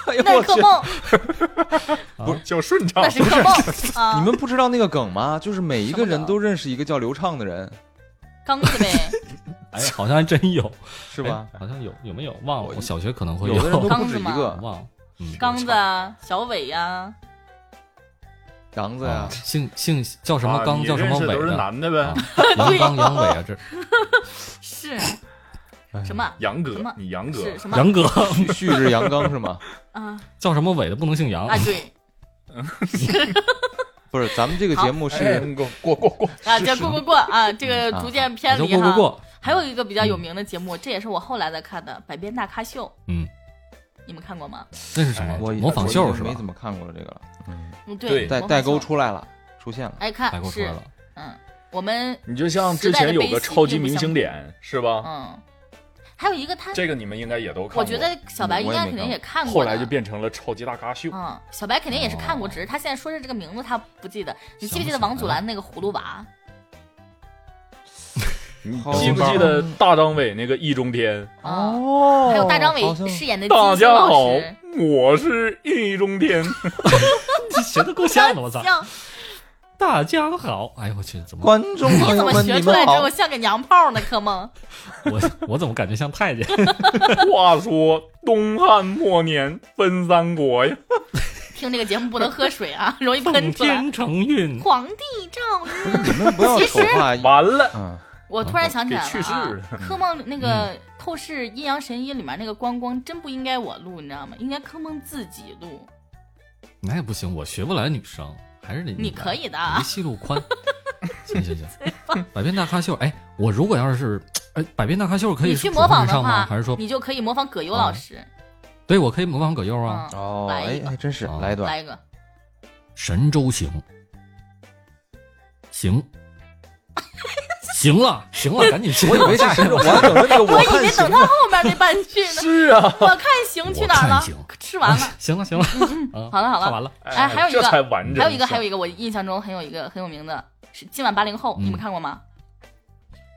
哎呦那我是去可！梦，不是叫顺畅那，是可梦啊！ 你们不知道那个梗吗？就是每一个什么人梗都认识一个叫刘畅的人，刚子呗，哎，好像还真有，是吧？哎好像有，有没有？忘我了。我小学可能会有的人都 刚不止一子个，忘了。嗯，刚子啊，小伟呀，杨子啊呀，，姓姓叫什么啊，刚，你叫什么认识伟都是的，男的啊呗。杨刚、杨伟啊，这是哎什么？杨什么哥，你杨哥，啊是什 么？杨哥旭旭日阳刚是吗？啊叫什么伟的不能姓杨啊，对不是，咱们这个节目是 哎过过过，啊，这过过过啊，这个啊逐渐偏也离就哈。过过过。还有一个比较有名的节目，这也是我后来在看的《百变大咖秀》，嗯，你们看过吗？那是什么哎？我模仿秀是吧没？怎么看过了这个了，嗯，对代模仿秀代沟出来了，出现了。哎，代看购出是来了，嗯，我们你就像之前有个超级明星脸是吧？嗯，还有一个他，啊这个你们应该也都看过。我觉得小白应该肯定也看过后的，来就变成了超级大咖秀。嗯，小白肯定也是看过，哦只是他现在说是这个名字他不记得。你想记不不记得起来王祖了蓝那个葫芦娃？嗯你好记不记得大张伟那个易中天？啊哦，还有大张好伟像饰演的呃大金星家好老师，，我是易中天。这学的够像的，我操！像大家好，哎呦我去，怎么观众朋你友怎么们，学你出来们之好 后，像个娘炮呢？柯梦，我我怎么感觉像太监？话说东汉末年分三国呀，听这个节目不能喝水啊， 容易奉喷出来。天承运，皇帝诏曰，你们不要其丑化，完 了嗯，啊我突然想起给来去世了、 啊，了。柯梦那个透视《阴阳神医》里面那个光光，真不应该我录，你知道吗？应该柯梦自己嗯录。那也不行，我学不来女生，还是得你可以的啊你戏路 宽。行行行，百变大咖秀，哎，我如果要是哎，百变大咖秀可以你去普模通仿人的上话吗？，还是说你就可以模仿葛优老师？对我可以模仿葛优啊？嗯，哦，来一哎个哎，真是啊来一段，来一个，神州行，行，行了行了，赶紧行！我以为是神州，我还等着那个 我我以看为行等呢他，后面那半句呢。是啊，我看行去哪儿我看了行？吃 完了。嗯行了行了，啊好了好了看完了，哎还有一 个这才完整。还有一个，还有一个，我印象中很有一个很有名的，是今晚八零后，嗯你们看过吗？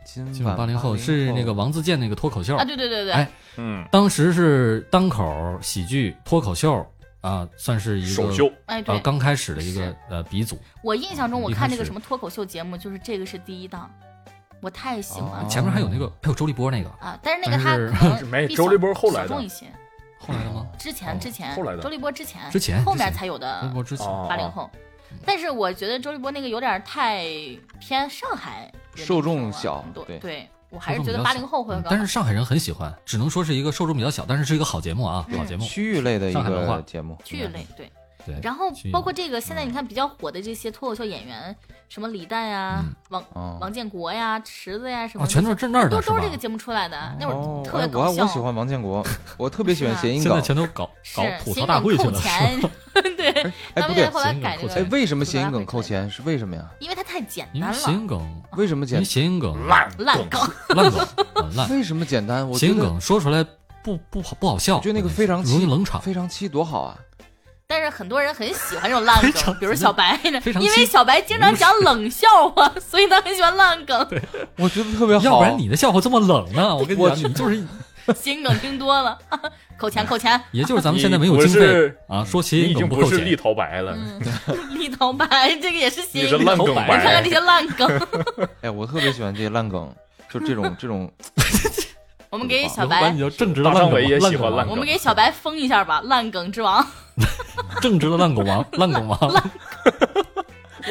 今今晚八零后是那个王自健那个脱口秀啊，，对对对对，哎嗯，当时是单口喜剧脱口秀啊，算是一首个秀哎呃对，刚开始的一个是呃鼻祖，我印象中我一开看这个始什么脱口秀节目，就是这个是第一档，我太喜欢哦了前面还有那个还有周立波那个，啊！但是那个他但是可 能没比周小立波后来小的众一些，后来的吗？之哦前之前后来的周立波之前之前后之面前才有的周立波之前哦八零后，但是我觉得周立波那个有点太偏上海人的受众那种了小对对对，我还是受众比觉较得八零后会嗯更但好是上海人很喜欢，只能说是一个受众比较小，但是是一个好节目啊，嗯好节目。区域类的一上海文化个节目，剧类对。对，然后去包括这个，现在你看比较火的这些脱口秀演员，什么李诞呀、嗯王啊王建国呀、池子呀什么啊，的，全都是这那儿都的是都吧是？这个节目出来的。那会哦儿，特哎别我还搞笑，我喜欢王建 国，我特别喜欢谐音现梗在，全都搞是搞吐谐槽音大梗会去扣了，是钱吧？， 对。哎咱不们现对在，后来谐音梗改这扣个，哎钱为什么谐音梗扣？钱是为什么呀？因为它太简 因单为谐了，音梗，为什么因简为谐音梗 烂烂梗。烂梗很烂，为什么简单？我谐觉音得梗说出来不不好不好笑，我觉得那个非常容奇易冷场。非常七多好啊！但是很多人很喜欢这种烂非常梗，比如小白呢，非常因为亲小白经常讲冷笑 话，所以他很喜欢烂梗。我觉得特别好，要不然你的笑话这么冷呢？我跟你我讲，你就是谐音梗听多了，扣钱扣钱，也就是咱们你现在没有不经费是啊，说谐你音已经梗不扣是立钱，陶白了，嗯，立头白这个也是谐你音是梗。烂梗你看看白。这些烂梗，哎，我特别喜欢这些烂梗，就这种这种我们给小要不然白你，就正直的大烂张梗伟也喜欢烂烂我梗梗们给小白封一下吧，烂梗之王。王，正直的烂梗王，烂 梗王，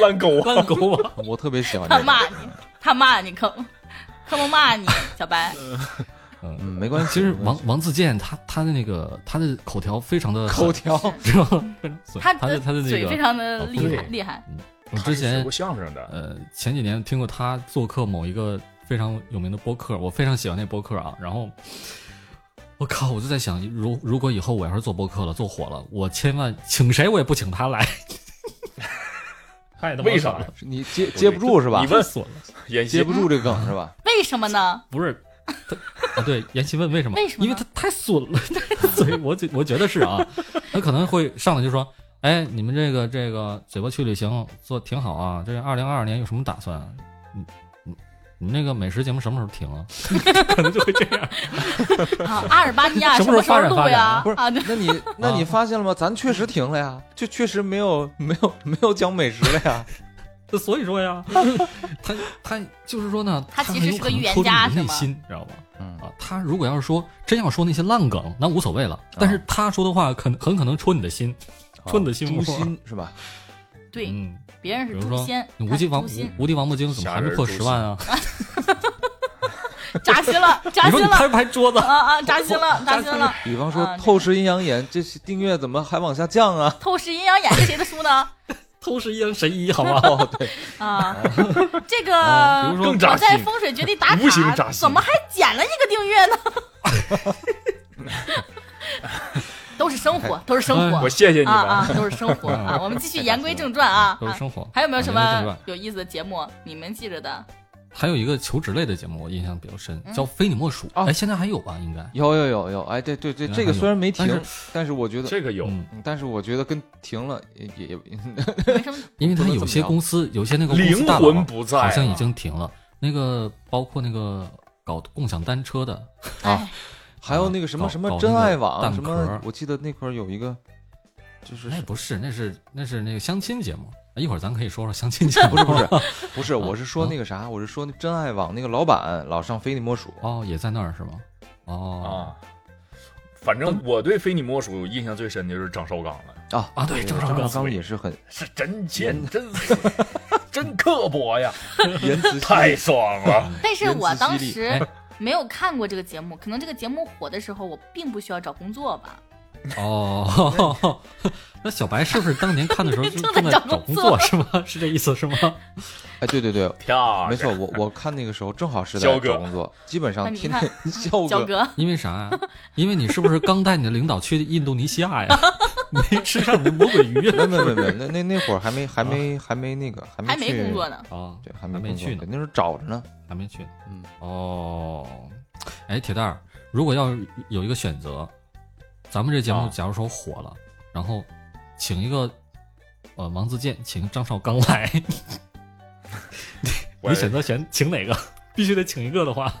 烂狗 啊！烂梗王。我特别喜欢这他个。骂你，他骂你，可可不骂你，小白。呃嗯，没关系。其实没关王系王自健他他的那个他的口条非常的口，条知道 吗？他他的他的那嘴非个，哦常的厉害对厉害，我之他是学前过相声的，呃前几年听过他做客某一个非常有名的播客，我非常喜欢那播客啊。然后我靠，我就在想，如如果以后我要是做播客了，做火了，我千万请谁我也不请他来，太他妈 为啥爽了？你接接不住是吧你？问 死我了！演戏接不住这个梗是 吧？为什么呢？不是，他 啊，对，严希问为什么？为什么因呢为他太损了， 所以我觉我觉得是啊， 他可能会上来就说，哎，你们这个这个嘴巴去旅行做挺好啊，这二零二二年有什么打算啊？你你你们那个美食节目什么时候停啊？可能就会这样。啊，阿尔巴尼亚什什么么时时候候发展录发展呀啊？不是啊，对，那你那你啊发现了吗？咱确实停了呀，就确实没有 没有没有讲美食了 呀。那所以说 呀，他他就是说呢，他其实很有是个可能预言戳中家你是内吗心，你知道吧？嗯，啊，他如果要是说真要说那些烂梗，那无所谓了。但是他说的话，很很可能戳你的心，戳你的心啊诛窝。啊心是吧？对，嗯，别人比是如诛说仙，你他无是敌王诛心，无无敌王八精怎么还没破十万啊？扎心了，扎你说心你了拍不拍桌子？啊啊，扎心了，扎心了。比方说啊透视阴阳眼，这些订阅怎么还往下降 啊？透视阴阳眼是谁的书呢？透视一人神医，好 吧？哦，对，啊，这啊比如个说更扎我心在风水绝地打无形卡，扎心怎么还减了一个订阅呢？ 都是生活，都是生哎活我谢谢你啊们。啊，都是生活啊。我们继续言归正传啊都是啊生活。还有没有什么啊？有意思的节目你们记着的？还有一个求职类的节目，我印象比较深，嗯叫《非你莫属》。啊哎，现在还有吧？应该有有有有，哎，对对对，嗯这个虽然没停还有，但是我觉得，这个有，嗯，嗯但是我觉得跟停了也也也没什么因为它不能有这么些聊公司，有些那个公司灵大佬魂不在啊，好像已经停了。那个包括那个搞共享单车的，哎，还有那个什么搞什么搞那真个爱网，蛋什壳么我记得那块儿有一个，就是那不是，那是那是那个相亲节目。哎一会儿咱可以说说相亲节目，不是不是不是，啊我是说那个啥，我是说那真爱网那个老板老上非你莫属，哦，也在那儿是吗？哦啊。反正我对非你莫属印象最深的就是张绍刚了，啊啊对张张绍绍刚刚也是 很是真尖，真真刻薄呀，言辞犀利太爽了。但是言辞我犀当利时哎没有看过这个节目，可能这个节目火的时候，我并不需要找工作吧。哦， 那小白是不是当年看的时候就正在正在找找工工作作是吗？ 是这意思是吗？哎，对对对，漂亮，没错，我我看那个时候正好是在肖哥找工作，基本那上你天天 肖角哥哥，因为啥呀、因为你是不是刚带你的领导去印度尼西亚呀？ 没吃上你的魔鬼鱼 没没没没，那那那会儿还没还没还没那个还还没去工作，呢，啊？对，还还没工作去呢对那时候找着呢，还没去呢。嗯，哦，哎，铁蛋儿，如果要是有一个选择，咱们这节目啊假如说火了，然后请一个呃王自健，请张绍刚来，我你选择选请哪个？ 必须得请一个的话，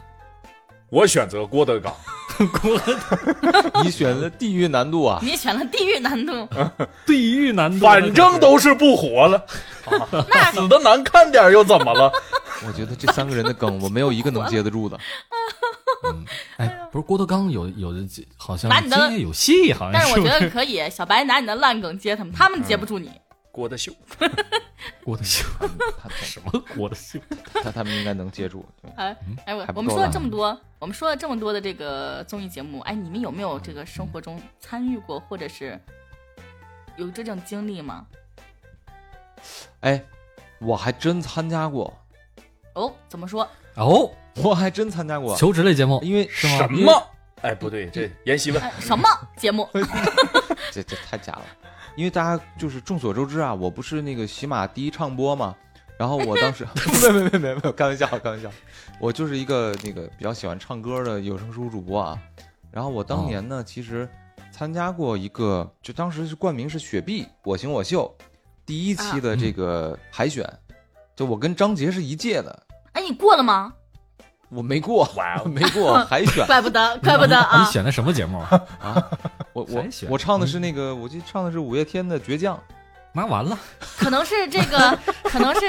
我选择郭德纲，锅 你选的地狱难度啊，你选了地狱 难度，啊地狱 难度，反正都是不活 了，那死的难看点又怎么了？我觉得这三个人的梗，我没有一个能接得住的。嗯哎，不是郭德纲有有的几好像把你的今夜有戏，好像但是我不觉是得可以，小白拿你的烂梗接他们，他们接不住你。 嗯郭德秀，郭德秀，他他什么郭德秀？他他们应该能接住。对哎哎，我还不我们够说了烂这么多，我们说了这么多的这个综艺节目，哎，你们有没有这个生活中参与过，或者是有这种经历吗？哎，我还真参加过，哦，怎么说？哦，我还真参加过，求职类节目，因为是吗 什？么？哎，不对，这阎 锡 问哎，什么节目？这这太假了，因为大家就是众所周知啊，我不是那个喜马第一唱播嘛。然后我当 时没有没有没有没有没有开玩笑开玩笑，我就是一个那个比较喜欢唱歌的有声书主播啊。然后我哦当年呢，其实参加过一个，就当时是冠名是雪碧《我行我秀》第一期啊的这个海选，就我跟张杰是一届的，哎，你过了吗？我没过，哇 哦没过 海选怪不得，怪不得你啊！选的什么节目？啊！我我海选嗯我唱的是那个，我记得唱的是五月天的《倔强妈完了，可能是这 个，可能是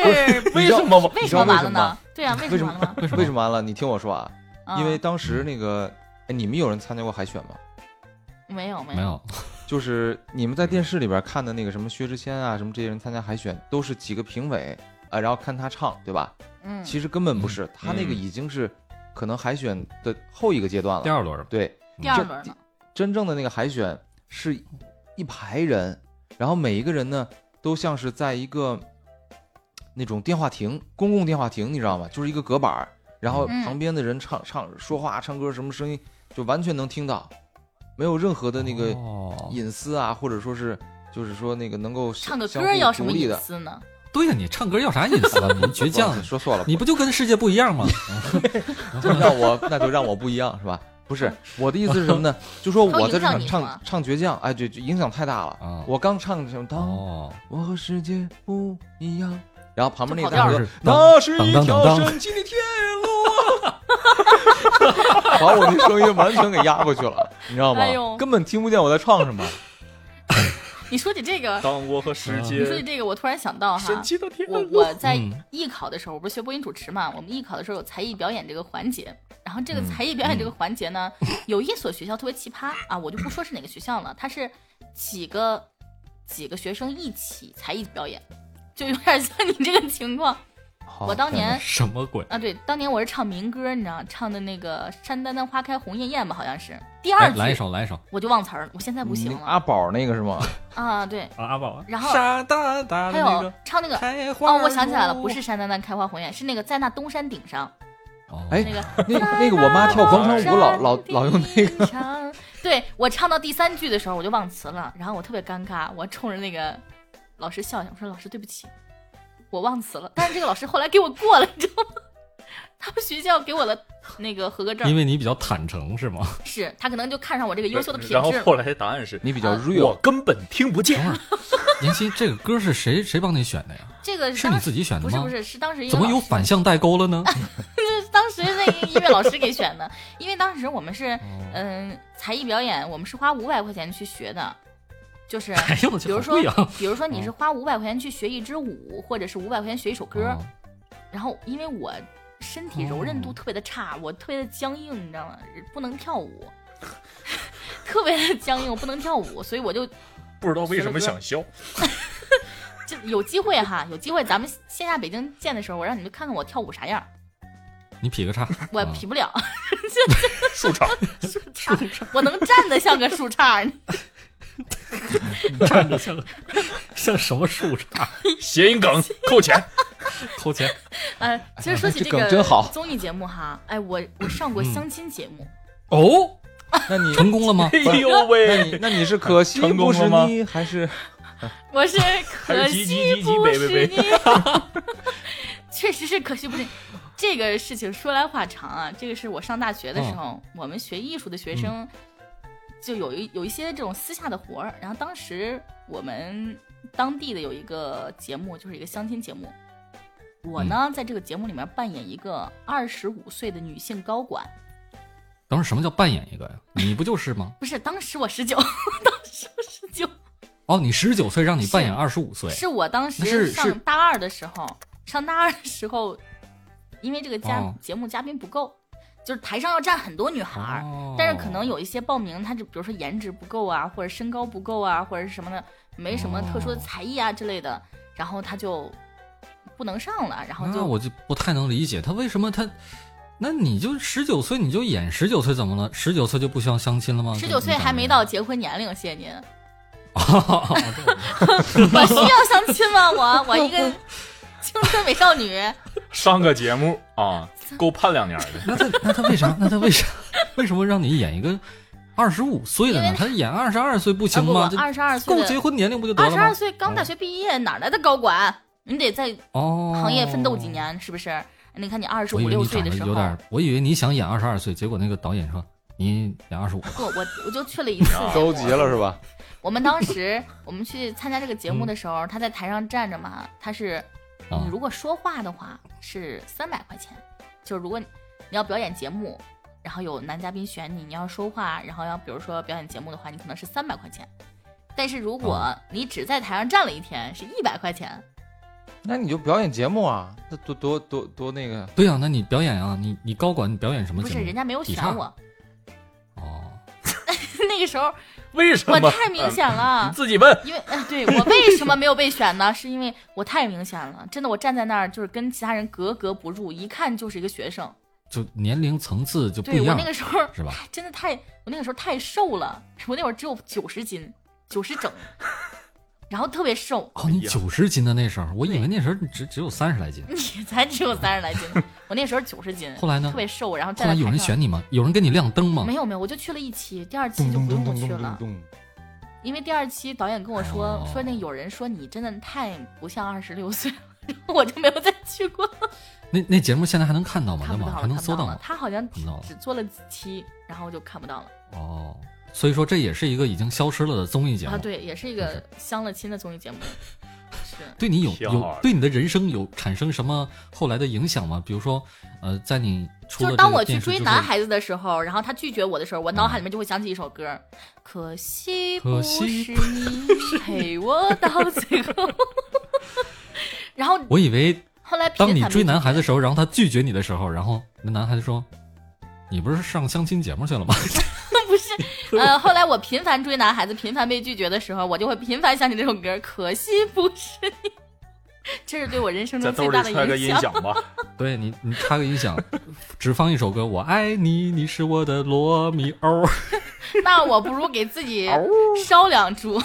为什 么为你什知么道完为什么了呢吗？对啊，为什么完了呢？为》。什么？为什么完了？你听我说啊，啊因为当时那个，哎，你们有人参加过海选吗？没有没没，有？就是你们在电视里边看的那个什么薛之谦啊，什么这些人参加海选，都是几个评委啊，然后看他唱，对吧？嗯，其实根本不是，他那个已经是可能海选的后一个阶段嗯第了。二轮吧，对，第二轮呢？真正的那个海选是一排人，然后每一个人呢都像是在一个那种电话亭，公共电话亭，你知道吗？就是一个隔板儿，然后嗯旁边的人唱唱说话、唱歌，什么声音就完全能听到，没有任何的那个哦隐私啊，或者说是就是说那个能够唱个相歌互要什么独立隐的。私呢？ 对呀，你唱歌要啥隐私啊？你这倔强，说错了，你不就跟世界不一 样吗？让我那就让我不一样是吧？不是我的意思是什么呢？就说他会我在嗯影这响场你吗唱唱倔强，哎，就就影响太大了。啊我刚唱什么当哦，我和世界不一样。然后旁边那个就跑调大了哥，当那是一条神奇的铁路，把我那声音完全给压过去了， 你知道吗？哎呦根本听不见我在唱什么。你说起这 个，当我和世你说界起这个，我突然想到 神哈，奇的天啊我我在嗯艺考的时候，我不是学播音主持嘛，我们艺考的时候有才艺表演这个环节。然后这个嗯才艺表演这个环节呢，有一所学校特别奇葩啊，我就不说是哪个学校了，它是几个几个学生一起才艺表演，就有点像你这个情况。好我当年什么鬼？啊，对，当年我是唱民歌，你知道，唱的那个《山丹丹花开红艳艳》吧，好像是第来二来一句首，嗯来一首我就忘词儿了，我现在不行那了阿宝那个是 吗？啊，对，啊，阿 宝。然后傻哒哒还的那有个唱那个开花哦，我想起来了，不是山丹丹开花红艳，是那个在那东山顶上哦哎那个。哦那那个我妈跳广场舞老老老用那个，个。 对我唱到第三句的时候，我就忘词了，然后我特别尴尬，我冲着那个老 师笑一下，我说：“老师，对不起，我忘词了。”但是这个老师后来给我过了，你知道吗？他们学校给我的那个合格因证，为你比较坦诚是 吗？是他可能就看上我这个优秀的品质然后了。后来答案是，你比较啊 real，我根本听不见等。会儿，妍希，这个歌是谁谁帮你选的呀？ 这个是当你时自己选的不是吗？不是，是当时一个怎么老有师反向代沟了呢？就是当时那个音乐老师给选 的，因为当时我们是哦嗯、才艺表演，我们是花五百块钱去学的，就是 哎呦我 比去，好如说贵啊！比如说你是花五百块钱去学一支舞，或者是五百块钱学一首歌，哦然后因为我身体柔韧度哦特别的差，我特别的僵硬，你知道吗？不能跳舞， 特别的僵硬，我不能跳舞，所以我就 不知道为什么想 笑。就有机会 哈，有机会咱们线下北京见的时候，我让你们看看我跳舞啥样，你劈个叉，我啊劈不了， 树杈，树 杈，我能站得像个树杈，站着 像像什么树杈，谐音梗，扣钱。扣钱。呃，其实说起这个梗真好综艺节目哈，哎，我我上过相亲节目，哦，那你成功了吗？ 哎呦那喂！你那你是可惜成功不是了吗你，还是我是还可有急惜急急急不北是北你北， 确实是可惜不是你这个事情说来话长啊，这个是我上大学的时候，我们学艺术的学生就有一有一些这种私下的活儿，然后当时我们当地的有一个节目，就是一个相亲节目。我呢，在这个节目里面扮演一个二十五岁的女性高管，等会儿什么叫扮演一个呀？你不就是吗？不是，当时我十九，当时我十九，哦，你十九岁让你扮演是二十五岁，是我当那是时是上大二的时候，上大二的时候，因为这个嘉、哦节目嘉宾不够，就是台上要站很多女孩儿，哦但是可能有一些报名，他就比如说颜值不够啊，或者身高不够啊，或者是什么的，没什么特殊的哦才艺啊之类的，然后他就不能上了，然后那就我就不太能理解他为什么他，那你就十九岁你就演十九岁怎么了？十九岁就不需要相亲了吗？十九岁还没到结婚年龄，谢谢您，哦， 我需要相亲吗？我我一个青春美少女，上个节目 啊，够判两年的。那他那他为啥？那他为啥？ 为什么让你演一个二十五岁的因呢为？他演二十二岁不 行吗？啊不这不，二十二岁够的结婚年龄不就得二了十二吗？岁刚大学毕业，哪来的高管？你得在哦，行业奋斗几。年，是不是？你看你二十我以五为六你岁长的得时候，有点，哦我以为你想演二十二岁，结果那个导演说你演二十五。 不，我我就去了一次 啊。着急了是吧？我们当时我们去参加这个节目的时候，他在台上站着嘛，他是嗯啊你如果说话的话是三百块钱，就是如果你你要表演节目，然后有男嘉宾选你，你要说话，然后要比如说表演节目的话，你可能是三百块钱。但是如果啊你只在台上站了一天，是一百块钱。那你就表演节目啊，那多多多多那个，对呀、那你表演啊，你你高管你表演什么不节是，目？人家没有抵选差我，哦， 那个时候为什我么？太明嗯显了你，自己问。 因为哎，对我为什么没有被选呢？是因为我太明显了，真的，我站在那儿就是跟其他人格格不入，一看就是一个学生。就年龄层次就不对一我样那，个时候是吧太真的太，我那个时候太瘦了，我那会儿只有九十斤，九十整，然后特别瘦，哦，你哎呀九十斤的那时候，我以为那时候你只只有三十来斤。你才只有三十来斤，我那时候九十斤，后来呢特别瘦，然后后站来在有人台上选你吗？有人给你亮灯吗没？有没有，我就去了一期，第二期就不用我去了，咚。因为第二期导演跟我说、哦说那有人说你真的太不像二十六岁了， 然后我就没有再去过。那那节目现在还能看到吗？看对不到吗？了，哦还能看不搜到吗了。？他好像看不到了只做了几期，然后就看不到了哦，所以说这也是一个已经消失了的综艺节目。啊。对，也是一个相了亲的综艺节目，是对你有挺好有的对你的人生有产生什么后来的影响吗？比如说，呃，在你出了就是这当我个去电视追之男后，孩子的时候，然后他拒绝我的时候，我脑海里面就会想起一首歌，嗯 可惜可不是惜你陪我到最后。 然后我以为后来当你追男孩子，的时候，然后他拒绝你的时候，然后那男孩子说：“你不是上相亲节目去了吗 不是，呃，后来我频繁追男孩子，频繁被拒绝的时候，我就会频繁想起这首歌，可惜不是你。这是对我人生在中兜最里大揣的个音响吧，？”对你，你插个音 响，只放一首歌，《我爱你》，你是我的罗密欧。那我不如给自己烧两株，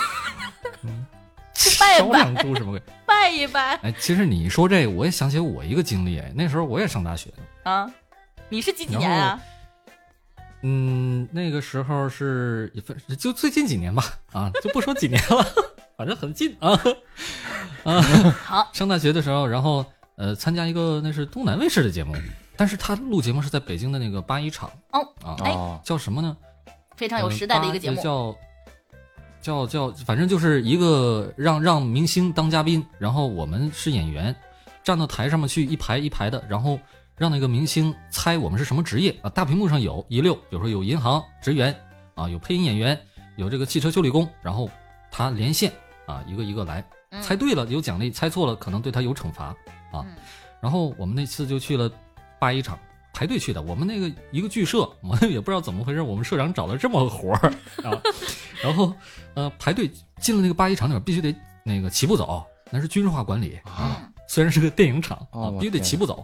拜烧两株什么鬼？拜一拜哎，其实你一说这个，我也想起我一个经历。哎，那时候我也上大学，啊！你是几几年啊？嗯，那个时候是也不就最近几年吧，啊，就不说几年了， 反正很近啊。好，上大学的时候，然后呃，参加一个那是东南卫视的节目，但是他录节目是在北京的那个八一厂哦啊，哎哦，叫什么呢？非常有时代的一个节呃目。叫叫叫，反正就是一个让让明星当嘉宾，然后我们是演员，站到台上面去一排一排的，然后让那个明星猜我们是什么职业啊。大屏幕上有一溜，比如说有银行职员啊，有配音演员，有这个汽车修理工，然后他连线啊，一个一个来，嗯猜对了有奖励，猜错了可能对他有惩罚啊。嗯然后我们那次就去了八一厂排队去的，我们那个一个剧社，我们也不知道怎么回事，我们社长找了这么个活 儿啊，然后呃排队进了那个八一厂里边必须得那个齐步走，那是军事化管理啊，嗯虽然是个电影厂哦啊，我必须得天齐步走，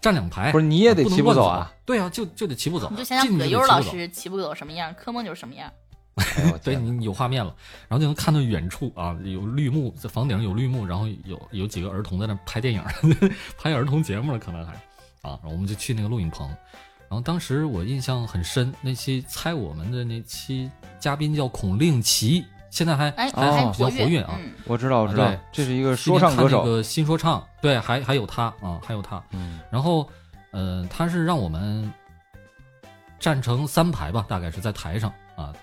站两排，不是你也得不能齐步乱走走啊？？对啊，就就得齐步走，哦你就想想进去葛就优得齐老步走师齐步走什么样，柯梦就是什么样。哎呦我对天你你有画面了，然后就能看到远处啊有绿幕，在房顶上有绿幕，然后有有几个儿童在那拍电影儿， 拍儿童节目了，可能还啊，然后我们就去那个录影棚，然后当时我印象很深，那期猜我们的那期嘉宾叫孔令奇，现在还哎，哦还比较活活跃啊嗯，我知道，我知道对，这哦是一个去说年唱看歌那手。个新说唱，对，还还有他啊，还有他，嗯，然后，呃，他是让我们站成三排吧，大概是在台上啊，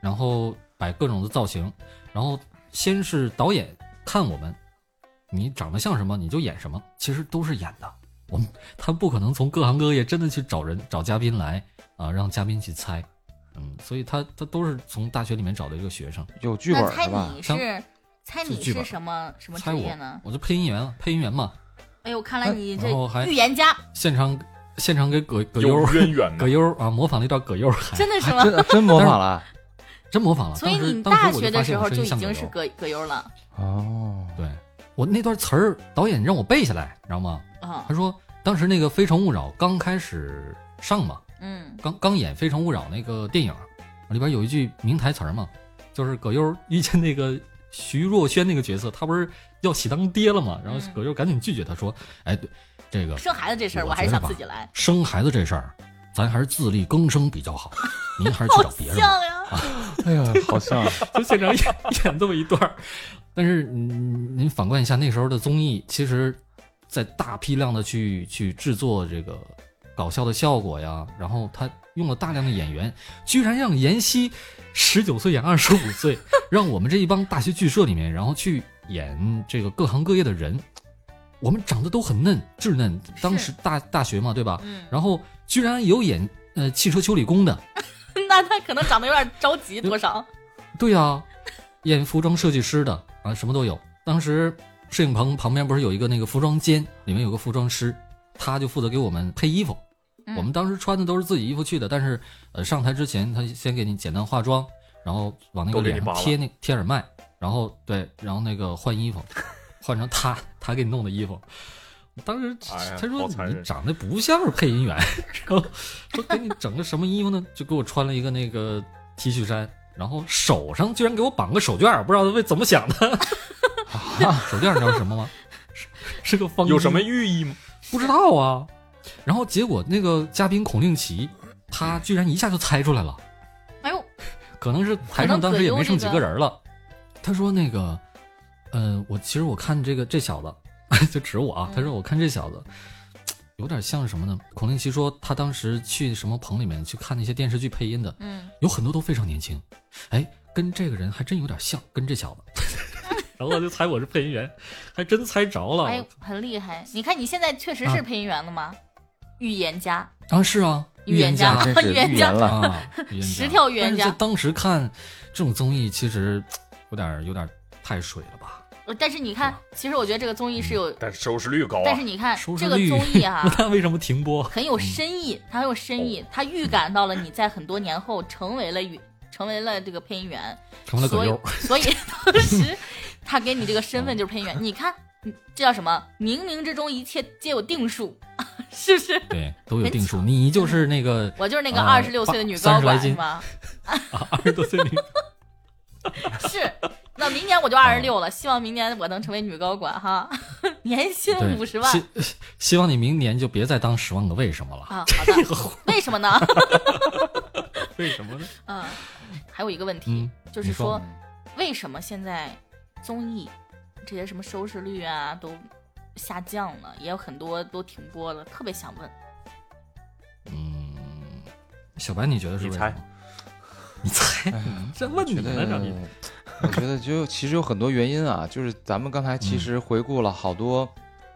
然后摆各种的造型，然后先是导演看我们，你长得像什么你就演什么，其实都是演的。我们他不可能从各行各业真的去找人找嘉宾来啊，让嘉宾去猜，嗯，所以他他都是从大学里面找的一个学生，有剧本那儿猜是吧？你像是猜就你剧本是什么什么猜职我业呢？我就配音员啊，配音员嘛，哎呦，看来哎你这然后还预言家现场现场给葛葛有优渊源葛的。优 啊模仿了一段葛优，还真的是吗？啊真的真模仿了真模仿了。所以当时你当时大我发学现的时我候声就音已像葛经是优葛葛优了。哦，对我那段词儿，导演让我背下来，你知道吗？嗯他说当时那个《非诚勿扰》刚开始上嘛，嗯，刚刚演《非诚勿扰》那个电影，里边有一句名台词儿嘛，就是葛优遇见那个徐若瑄那个角色，他不是要喜当爹了嘛，然后嗯葛优赶紧拒绝他说：“哎，对，这个生孩子这事儿我我还是觉得想吧自己来，生孩子这事儿，咱还是自力更生比较好，您还是去好找别人吧。”像呀。哎 呀，好像就现场演 演这么一段儿。但是嗯您反观一下那时候的综艺，其实，在大批量的去去制作这个搞笑的效果呀，然后他用了大量的演员，居然让妍希十九岁演二十五岁，让我们这一帮大学剧社里面，然后去演这个各行各业的人，我们长得都很嫩稚嫩，当时大大学嘛，对吧？ 嗯，然后居然有演呃汽车修理工的，那他可能长得有点着急，多少？对呀、演服装设计师的啊，什么都有。当时摄影棚旁边不是有一个那个服装间，里面有个服装师，他就负责给我们配衣服。嗯我们当时穿的都是自己衣服去的，但是呃，上台之前他先给你简单化妆，然后往那个都给你脸扒上了贴那贴耳麦，然后对，然后那个换衣服， 换成他他给你弄的衣服。当时哎呀他说好残你忍长得不像是配音员， 然后说给你整个什么衣服呢？就给我穿了一个那个 T 恤衫，然后手上居然给我绑个手绢儿，不知道他为怎么想的。啊 手绢儿你知道是什么吗？是是个方巾有什么寓意吗？不知道啊。然后结果那个嘉宾孔令奇，他居然一下就猜出来了， 哎呦，可能是台上当时也没剩几个人了。他说那个，呃，我其实我看这个这小子， 就指我啊。他说我看这小子。有点像什么呢？孔令奇说，他当时去什么棚里面去看那些电视剧配音的，嗯，有很多都非常年轻，哎，跟这个人还真有点像，跟这小子。 然后他就猜我是配音员，还真猜着了。哎，很厉害。你看你现在确实是配音员了吗？预言家，啊，是啊，预言家真是 预言预家言了。啊， 预言家十条预但言是在家。当时看这种综艺，其实有点儿有点儿太水了吧？呃但是你看，其实我觉得这个综艺是有，但是收视率高但啊是！你看嗯收视哎这个率，综艺啊 嗯那为什么停播？很有深意，它很有深哦意，它预感到了你在很多年后成为了语，成为了这个配音员，成了葛所以优， 所以当时他给你这个身份就是配音员。你看，你这叫什么？冥冥之中一切皆有定数， 是不是？对，都有定数。你就是那个 我就是那个呃二十六岁的八女30高来管，斤是吗？二十多岁 女，是。那明年我就二十六了，希望明年我能成为女高管哈， 年薪对，五十万希希望你明年就别再当《十万个为什么》了。 啊！好的，为什么呢？ 为什么呢？嗯，还有一个问题，嗯，就是你说说为什么现在综艺这些什么收视率啊都下降了，也有很多都停播了，特别想问，嗯小白，你觉得是你为什猜么？你猜？你这问你哎觉嗯得呢，让你嗯我觉得就其实有很多原因啊，就是咱们刚才其嗯实回顾了好多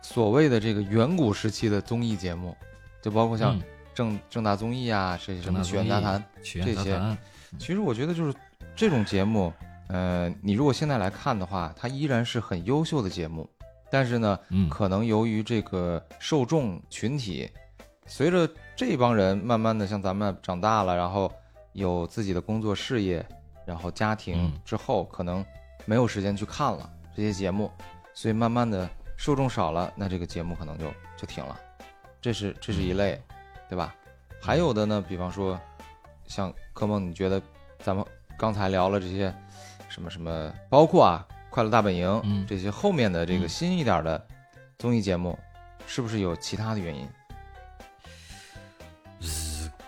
所谓的这个远古时期的综艺节目，就包括像嗯正正大综艺啊，这什正么《大曲苑杂综艺谈》，曲苑杂这些谈，其实我觉得就是这种节目，呃，你如果现在来看的话，它依然是很优秀的节目，但是呢，嗯，可能由于这个受众群体，随着这帮人慢慢的像咱们长大了，然后有自己的工作事业，然后家庭嗯之后，可能没有时间去看了这些节目，所以慢慢的受众少了，那这个节目可能就就停了，这是这是一类，嗯对吧？还有的呢，比方说像柯梦，你觉得咱们刚才聊了这些什么什么，包括啊《快乐大本营》嗯这些后面的这个嗯新一点的综艺节目，是不是有其他的原因？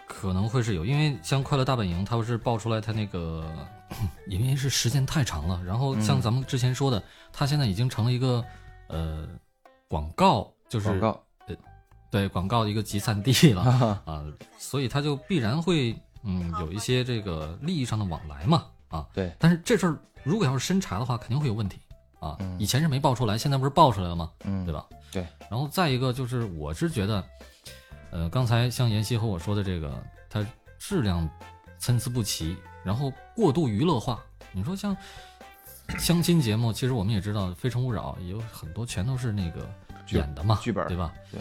可能会是有，因为像《快乐大本营》，它不是爆出来它那个， 因为是时间太长了。然后像嗯咱们之前说的，它现在已经成了一个呃广告，就是广告对广告的一个集散地了啊、 啊，所以它就必然会嗯有一些这个利益上的往来嘛啊。对但是这事儿如果要是深查的话，肯定会有问题啊。嗯以前是没爆出来，现在不是爆出来了吗？嗯，对？吧？对。然后再一个就是，我是觉得，呃，刚才像妍希和我说的这个，它质量参差不齐，然后过度娱乐化。你说像相亲节目，其实我们也知道，《非诚勿扰》也有很多全都是那个剧演的嘛，剧本对吧？对，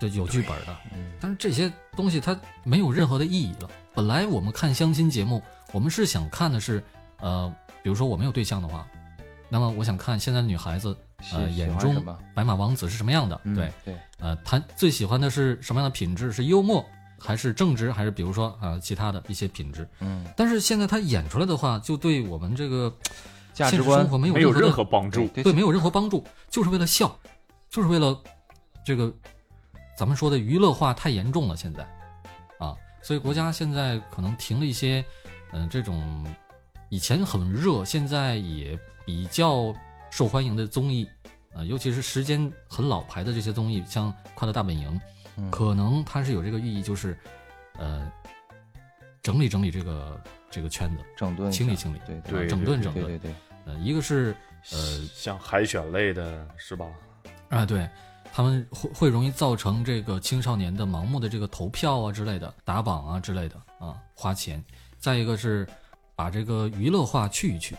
对，有剧本的。嗯但是这些东西它没有任何的意义了。本来我们看相亲节目，我们是想看的是，呃，比如说我没有对象的话，那么我想看现在的女孩子，呃，喜喜眼欢什中么白马王子是什么样的？嗯对，对，呃，他最喜欢的是什么样的品质？是幽默，还是正直，还是比如说啊、呃其他的一些品质？嗯，但是现在他演出来的话，就对我们这个价现值实观生活没有没有任任何何的帮助。对对没有任何帮助，就是为了笑，就是为了这个咱们说的娱乐化太严重了，现在啊，所以国家现在可能停了一些，嗯、这种以前很热，现在也比较受欢迎的综艺，呃，尤其是时间很老牌的这些综艺，像《快乐大本营》嗯可能它是有这个寓意，就是呃，整理整理这个这个圈子，整顿一下清理清理，对对整顿整对顿，对对，呃，一个是呃像海选类的是吧？啊，对他们会会容易造成这个青少年的盲目的这个投票啊之类的、打榜啊之类的啊，花钱。再一个是把这个娱乐化去一去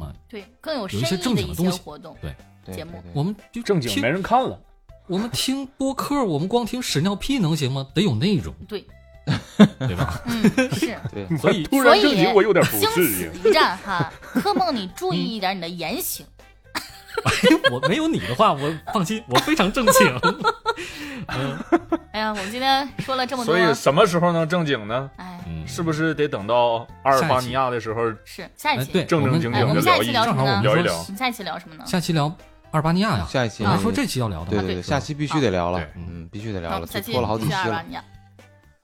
啊，对，更有有深一些意正的经的一东些西活动。对节目对对我们就正经听没人看了，我们听播客，我们光听屎尿屁能行吗？得有内容，对，对吧？ 嗯， 是对，所以突然正所以经我有点不经适此应。一 战哈，柯梦，你注嗯意一点你的言行。我没有你的话，我放心，我非常正 经。 哎呀，我们今天说了这么多所，以什么时候能正经呢？哎，嗯，是不是得等到阿尔巴尼亚的时候是下一哎，期，对，正正经哎经的我们聊下一一期期聊什么呢？聊一聊我们下一期聊什么呢？下期聊阿尔巴尼亚呀。下一期本来啊说这期要聊的对嘛，对啊对对，下期必须得聊了对，嗯，必须得聊好了，下就期拖了好几期去阿尔巴了，尼亚。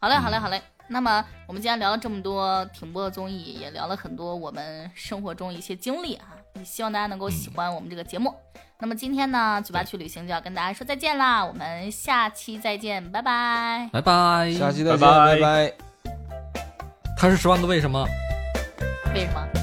好嘞，好嘞，嗯好嘞。那么我们今天聊了这么多停播的综艺，也聊了很多我们生活中一些经历啊，也希望大家能够喜嗯欢我们这个节目。那么今天呢，嘴巴去旅行就要跟大家说再见啦，我们下期再见，拜拜。拜拜。下期再见，拜拜拜拜。他是十万个为什么。为什么？